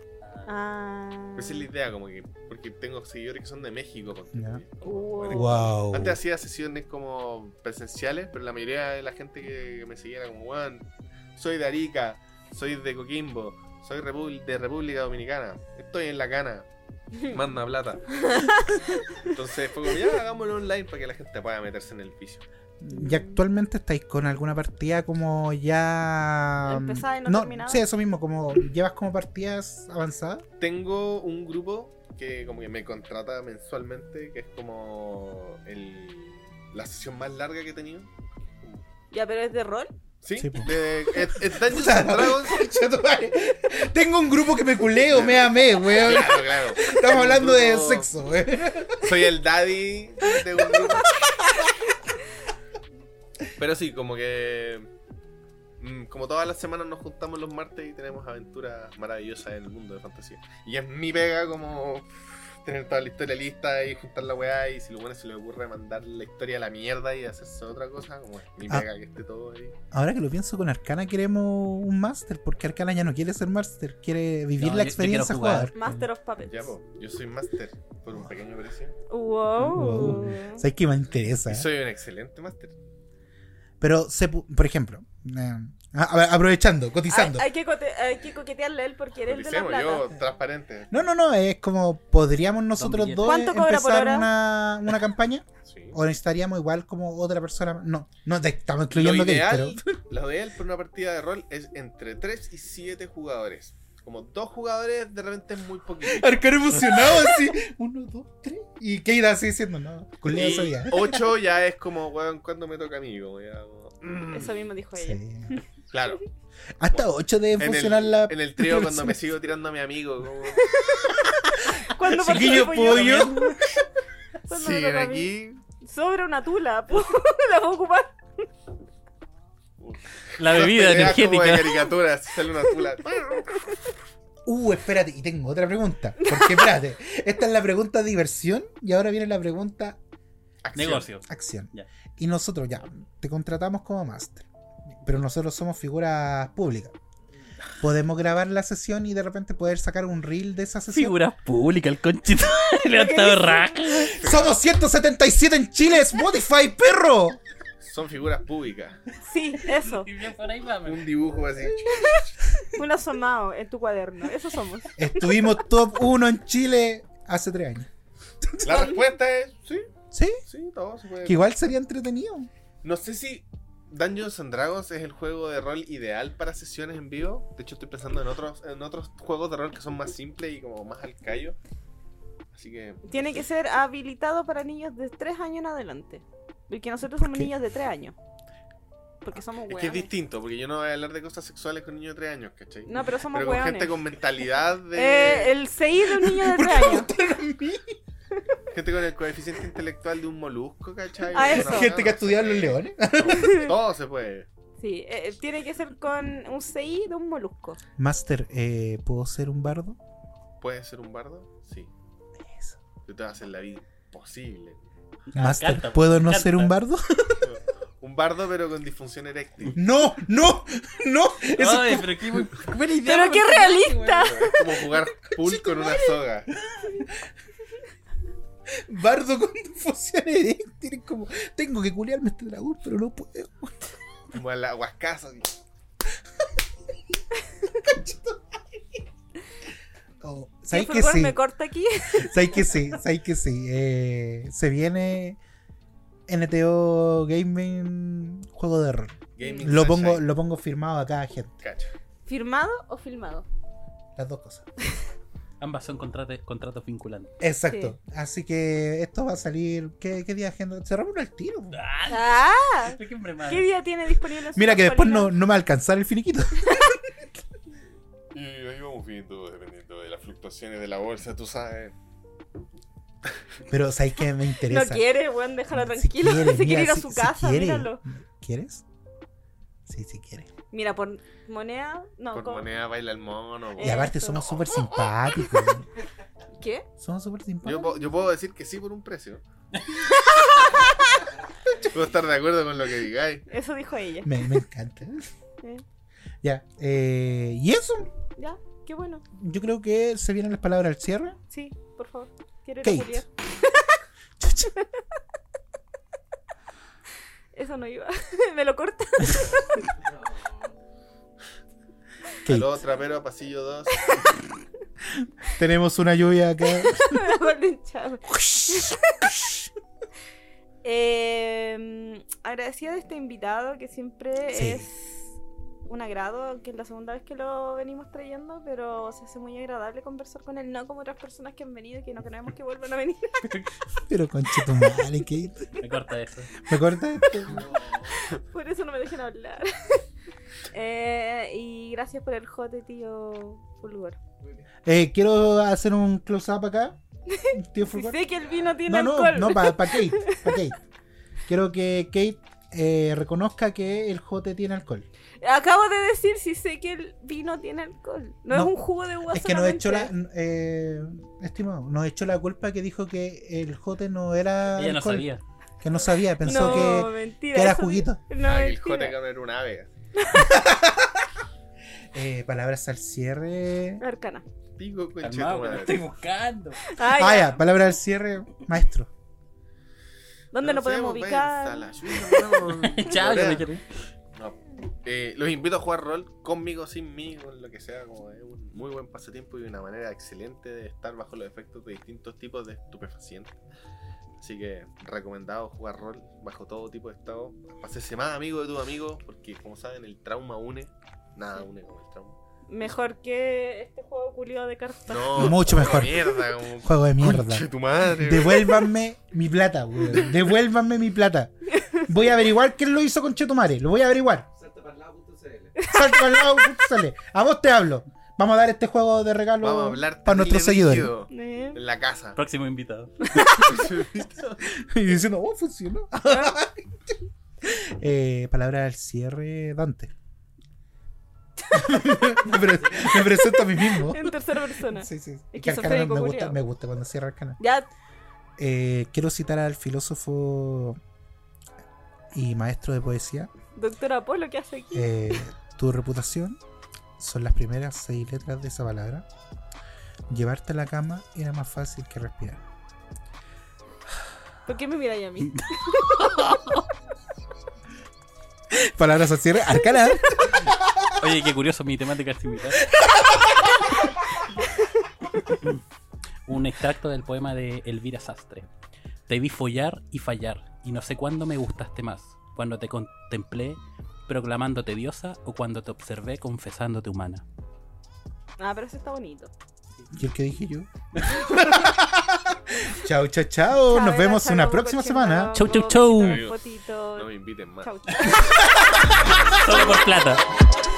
Speaker 2: Ah.
Speaker 3: Esa es la idea, como que. Porque tengo seguidores que son de México. ponte.
Speaker 1: Ya.
Speaker 2: Wow.
Speaker 1: Wow.
Speaker 3: Antes hacía sesiones como presenciales, pero la mayoría de la gente que que me seguía era como, weón, soy de Arica, soy de Coquimbo, soy repu- de República Dominicana, estoy en la cana, manda plata. Entonces fue como, ya hagámoslo online para que la gente pueda meterse en el piso.
Speaker 1: ¿Y actualmente estáis con alguna partida como ya. mm,
Speaker 2: Empezada y no terminada?
Speaker 1: Sí, eso mismo, como llevas como partidas avanzadas.
Speaker 3: Tengo un grupo que como que me contrata mensualmente, que es como el- la sesión más larga que he tenido.
Speaker 2: Ya, pero es de rol.
Speaker 3: Sí,
Speaker 1: Sí, po.
Speaker 3: de- es- es Dungeons and Dragons.
Speaker 1: Tengo un grupo que me culeo, me amé, weón.
Speaker 3: Claro, claro.
Speaker 1: Estamos hablando de
Speaker 3: Grupo-
Speaker 1: sexo, weón.
Speaker 3: Soy el daddy de un grupo. Pero sí, como que. mm, Como todas las semanas nos juntamos los martes y tenemos aventuras maravillosas en el mundo de fantasía. Y es mi pega como tener toda la historia lista y juntar la weá. Y si lo bueno se le ocurre mandar la historia a la mierda y hacerse otra cosa, como es mi
Speaker 1: Ah.
Speaker 3: pega que esté todo ahí.
Speaker 1: Ahora que lo pienso, con Arcana queremos un máster, porque Arcana ya no quiere ser máster, quiere vivir
Speaker 4: No,
Speaker 1: la
Speaker 4: yo- yo
Speaker 1: experiencia
Speaker 4: quiero
Speaker 1: jugar.
Speaker 4: jugar.
Speaker 2: Master of Puppets.
Speaker 3: Ya, po, yo soy máster por un pequeño precio.
Speaker 2: Wow.
Speaker 1: Wow. Sabes que me interesa.
Speaker 3: Y soy un excelente máster.
Speaker 1: Pero, se pu- por ejemplo, eh, a- a- aprovechando,
Speaker 2: Hay,
Speaker 1: cotizando.
Speaker 2: hay que cote- hay que coquetearle a él porque eres el de la
Speaker 3: Coticemos,
Speaker 2: plata.
Speaker 3: yo, transparente.
Speaker 1: No, no, no, es como podríamos nosotros
Speaker 4: billetes.
Speaker 1: dos
Speaker 2: ¿Cuánto cobra por
Speaker 1: empezar
Speaker 2: hora?
Speaker 1: una, una campaña
Speaker 3: Sí.
Speaker 1: o necesitaríamos igual como otra persona. No, no te- estamos incluyendo
Speaker 3: lo
Speaker 1: que
Speaker 3: ideal,
Speaker 1: pero
Speaker 3: lo ideal para una partida de rol es entre 3 y 7 jugadores. Como dos jugadores de repente es muy poquito.
Speaker 1: Arcano emocionado así, uno, dos, tres. Y Keira así diciendo, no, culeo ese día.
Speaker 3: 8 ya es como, weón, ¿cuándo me toca a mí? Como ya, como, mm.
Speaker 2: Eso mismo dijo ella.
Speaker 1: Sí.
Speaker 3: Claro.
Speaker 1: Hasta 8 deben
Speaker 3: En
Speaker 1: funcionar
Speaker 3: el,
Speaker 1: la.
Speaker 3: en el trío cuando me
Speaker 1: persona.
Speaker 3: sigo tirando a mi amigo. Como,
Speaker 2: ¿Cuándo
Speaker 1: Chiquillo
Speaker 2: participo yo?
Speaker 1: pollo.
Speaker 2: ¿Cuándo me
Speaker 3: siguen
Speaker 2: toca a mí?
Speaker 3: aquí.
Speaker 2: Sobra una tula, po. la voy a ocupar.
Speaker 4: La bebida
Speaker 3: Esas peleas Como de
Speaker 4: energética.
Speaker 3: caricaturas, sale una tula.
Speaker 1: Uh, espérate, y tengo otra pregunta. Porque espérate, esta es la pregunta de diversión y ahora viene la pregunta
Speaker 3: Acción.
Speaker 4: Negocio.
Speaker 1: acción.
Speaker 4: Ya.
Speaker 1: Y nosotros ya, te contratamos como máster, pero nosotros somos figuras públicas. Podemos grabar la sesión y de repente poder sacar un reel de esa sesión.
Speaker 4: Figura pública, el conchito. Le han dado raja.
Speaker 1: Somos 177 en Chile, Spotify, perro.
Speaker 3: Son figuras públicas.
Speaker 2: Sí, eso.
Speaker 3: Un dibujo así.
Speaker 2: Un asomado en tu cuaderno. Eso somos.
Speaker 1: Estuvimos top 1 en Chile hace 3 años.
Speaker 3: La respuesta es sí,
Speaker 1: ¿Sí?
Speaker 3: sí, todo se puede.
Speaker 1: Que igual sería entretenido.
Speaker 3: No sé si Dungeons and Dragons es el juego de rol ideal para sesiones en vivo. De hecho, estoy pensando en otros, en otros juegos de rol que son más simples y como más al callo. Así que.
Speaker 2: Tiene que ser habilitado para niños de 3 años en adelante. Porque nosotros somos
Speaker 1: qué?
Speaker 2: niños de 3 años. Porque somos
Speaker 3: Es que es
Speaker 2: hueones.
Speaker 3: distinto, porque yo no voy a hablar de cosas sexuales con niños de 3 años, ¿cachai?
Speaker 2: No, pero somos
Speaker 3: Pero con
Speaker 2: hueones.
Speaker 3: gente con mentalidad de.
Speaker 2: Eh, el CI de un niño de 3 años.
Speaker 3: Gente con el coeficiente intelectual de un molusco, ¿cachai?
Speaker 2: Ah,
Speaker 3: Una
Speaker 2: eso.
Speaker 3: hueá,
Speaker 1: Gente que
Speaker 3: no
Speaker 1: ha estudiado
Speaker 3: sé.
Speaker 1: los leones.
Speaker 3: Todo se puede.
Speaker 2: Sí, eh, eh, tiene que ser con un CI de un molusco.
Speaker 1: Master, eh, ¿puedo ser un bardo?
Speaker 3: ¿Puedes ser un bardo? Sí.
Speaker 1: Eso.
Speaker 3: Yo te voy a hacer la vida posible.
Speaker 1: Master,
Speaker 4: canta,
Speaker 1: ¿puedo no
Speaker 4: canta.
Speaker 1: ser un bardo?
Speaker 3: Un bardo, pero con disfunción eréctil.
Speaker 1: No, no, no. Eso
Speaker 4: Ay, pero qué bu- buena idea.
Speaker 2: Pero qué realista.
Speaker 3: Es como jugar pool con una soga.
Speaker 1: es bardo con función eréctil. es como, tengo que culearme este dragón, pero no puedo.
Speaker 3: Como a la huascazo.
Speaker 1: Oh,
Speaker 2: El
Speaker 1: ¿Sabes que
Speaker 2: furgón
Speaker 1: sí?
Speaker 2: me corta aquí.
Speaker 1: ¿Sabes que sí? ¿Sabes que sí? Eh, se viene NTO Gaming Juego de Rol.
Speaker 3: Gaming
Speaker 1: Lo pongo,
Speaker 3: Sunshine.
Speaker 1: lo pongo firmado acá, gente.
Speaker 3: Cacha.
Speaker 2: ¿Firmado o filmado?
Speaker 1: Las dos cosas.
Speaker 4: Ambas son contrate- contratos vinculantes.
Speaker 1: Exacto. Así que esto va a salir. ¿Qué, qué día agenda? Cerramos el tiro.
Speaker 2: ¡Ah!
Speaker 4: Qué hombre malo.
Speaker 2: ¿Qué día tiene disponible? su
Speaker 1: Mira que después no,
Speaker 2: Paulina?
Speaker 1: no me va a alcanzar el finiquito.
Speaker 3: Y ahí vamos viendo, dependiendo de las fluctuaciones de la bolsa, tú sabes.
Speaker 1: Pero ¿sabes que me
Speaker 2: No
Speaker 1: interesa?
Speaker 2: quiere, weón, déjalo
Speaker 1: Si
Speaker 2: tranquilo.
Speaker 1: quiere,
Speaker 2: Se
Speaker 1: mira,
Speaker 2: quiere ir a
Speaker 1: si-
Speaker 2: su
Speaker 1: si
Speaker 2: casa,
Speaker 1: quiere.
Speaker 2: míralo.
Speaker 1: ¿Quieres? Sí, sí quiere.
Speaker 2: Mira, por moneda. No,
Speaker 3: Con
Speaker 2: ¿cómo?
Speaker 3: moneda baila el mono.
Speaker 1: Y
Speaker 3: weón.
Speaker 1: aparte
Speaker 2: Eso.
Speaker 1: somos súper simpáticos.
Speaker 2: ¿Qué?
Speaker 1: Somos súper
Speaker 3: Yo,
Speaker 1: simpáticos.
Speaker 3: po- yo puedo decir que sí por un precio. puedo estar de acuerdo con lo que digáis.
Speaker 2: Eso dijo ella.
Speaker 1: Me, me encanta.
Speaker 2: Eh,
Speaker 1: Ya. eh, y eso.
Speaker 2: Ya, qué bueno.
Speaker 1: Yo creo que se vienen las palabras al cierre.
Speaker 2: Sí, por favor. Quiero ir a
Speaker 1: Kate.
Speaker 2: culiar. Eso no iba. Me lo corta.
Speaker 1: Kate.
Speaker 3: Saludos, trapero, pasillo 2.
Speaker 1: Tenemos una lluvia acá.
Speaker 2: Me la Golden Shower. Eh, agradecida de este invitado que siempre
Speaker 1: Sí.
Speaker 2: es un agrado, que es la segunda vez que lo venimos trayendo, pero se hace muy agradable conversar con él, no como otras personas que han venido y que no creemos que vuelvan a venir.
Speaker 1: Pero concha tu madre, Kate.
Speaker 4: Me corta eso.
Speaker 1: ¿Me cortas esto?
Speaker 2: Por eso no me dejan hablar. Eh, y gracias por el jote, tío Fulgor.
Speaker 1: Eh, quiero hacer un close-up acá. Tío
Speaker 2: Si
Speaker 1: Fulgor.
Speaker 2: sé que el vino
Speaker 1: No,
Speaker 2: tiene
Speaker 1: no,
Speaker 2: alcohol.
Speaker 1: no, para Kate. pa' Kate. Quiero que Kate eh, reconozca que el jote tiene alcohol.
Speaker 2: Acabo de decir si sé que el vino tiene alcohol. No,
Speaker 1: No.
Speaker 2: es un jugo de uva
Speaker 1: Es que nos
Speaker 2: solamente.
Speaker 1: echó la. eh, estimado, nos echó la culpa que dijo que el jote no era.
Speaker 4: Ella no
Speaker 1: alcohol,
Speaker 4: sabía.
Speaker 1: Que no sabía, pensó
Speaker 2: no,
Speaker 1: que,
Speaker 2: mentira,
Speaker 1: que era
Speaker 2: eso-
Speaker 1: juguito.
Speaker 2: No,
Speaker 3: Ah, que el
Speaker 2: mentira.
Speaker 3: jote que no era un ave.
Speaker 1: Eh, palabras al cierre.
Speaker 2: Arcana.
Speaker 3: Digo, conchito,
Speaker 4: Calmado, que lo estoy
Speaker 3: madre.
Speaker 4: buscando.
Speaker 2: Ah,
Speaker 1: Ah,
Speaker 2: ya.
Speaker 1: ya, palabras al cierre, maestro.
Speaker 2: ¿Dónde lo
Speaker 3: Nos
Speaker 2: podemos
Speaker 3: vemos,
Speaker 2: ubicar?
Speaker 3: venza, la lluvia, weón.
Speaker 4: Chao, yo me
Speaker 3: Corea.
Speaker 4: quiero ir.
Speaker 3: No. Eh, los invito a jugar rol conmigo, sinmigo, lo que sea, como es un muy buen pasatiempo y una manera excelente de estar bajo los efectos de distintos tipos de estupefacientes. Así que recomendado jugar rol bajo todo tipo de estado. Hacerse más amigo de tus amigos, porque como saben, el trauma une. Nada une como el trauma.
Speaker 2: Mejor que este juego culiado de cartas.
Speaker 3: No,
Speaker 1: Mucho
Speaker 3: como
Speaker 1: mejor.
Speaker 3: Mierda, como-
Speaker 1: Juego de mierda.
Speaker 3: Conche tu madre.
Speaker 1: Devuélvanme mi plata, weón. Devuélvanme mi plata. Voy a averiguar quién lo hizo con Chetumare. Lo voy a averiguar.
Speaker 6: Saltaparlado.cl.
Speaker 1: Salta al lado, sale. A vos te hablo. Vamos a dar este juego de regalo
Speaker 3: Vamos a hablar
Speaker 1: para nuestros
Speaker 3: terrible
Speaker 1: seguidores.
Speaker 3: brígido
Speaker 2: Eh,
Speaker 3: En la casa.
Speaker 4: Próximo invitado.
Speaker 1: Y diciendo, oh, funcionó. eh, palabra al cierre, Dante. me, pre- me presento a mí mismo.
Speaker 2: En tercera persona.
Speaker 1: Sí, sí.
Speaker 2: Es
Speaker 1: Que Arcana
Speaker 2: esquizofrénico,
Speaker 1: me, gusta,
Speaker 2: culiao.
Speaker 1: me gusta cuando cierra el canal.
Speaker 2: Ya,
Speaker 1: quiero citar al filósofo y maestro de poesía.
Speaker 2: doctor Apolo, ¿qué hace aquí?
Speaker 1: Eh, tu reputación son las primeras seis letras de esa palabra. Llevarte a la cama era más fácil que respirar.
Speaker 2: ¿Por qué me miráis a mí?
Speaker 1: Palabras al cierre. Arcana.
Speaker 4: Oye, qué curioso, mi temática es similar. Un extracto del poema de Elvira Sastre. Te vi follar y fallar, y no sé cuándo me gustaste más, cuando te contemplé proclamándote diosa o cuando te observé confesándote humana.
Speaker 2: Ah, pero eso está bonito.
Speaker 1: ¿Y el que dije yo? chao, chao, chao. Nos
Speaker 2: Chabela,
Speaker 1: vemos
Speaker 2: chau,
Speaker 1: una próxima semana.
Speaker 4: Chau, chau, chau.
Speaker 2: besitos, fotitos.
Speaker 3: No me inviten más.
Speaker 2: Chau, chau.
Speaker 4: Solo por plata.
Speaker 3: Chao.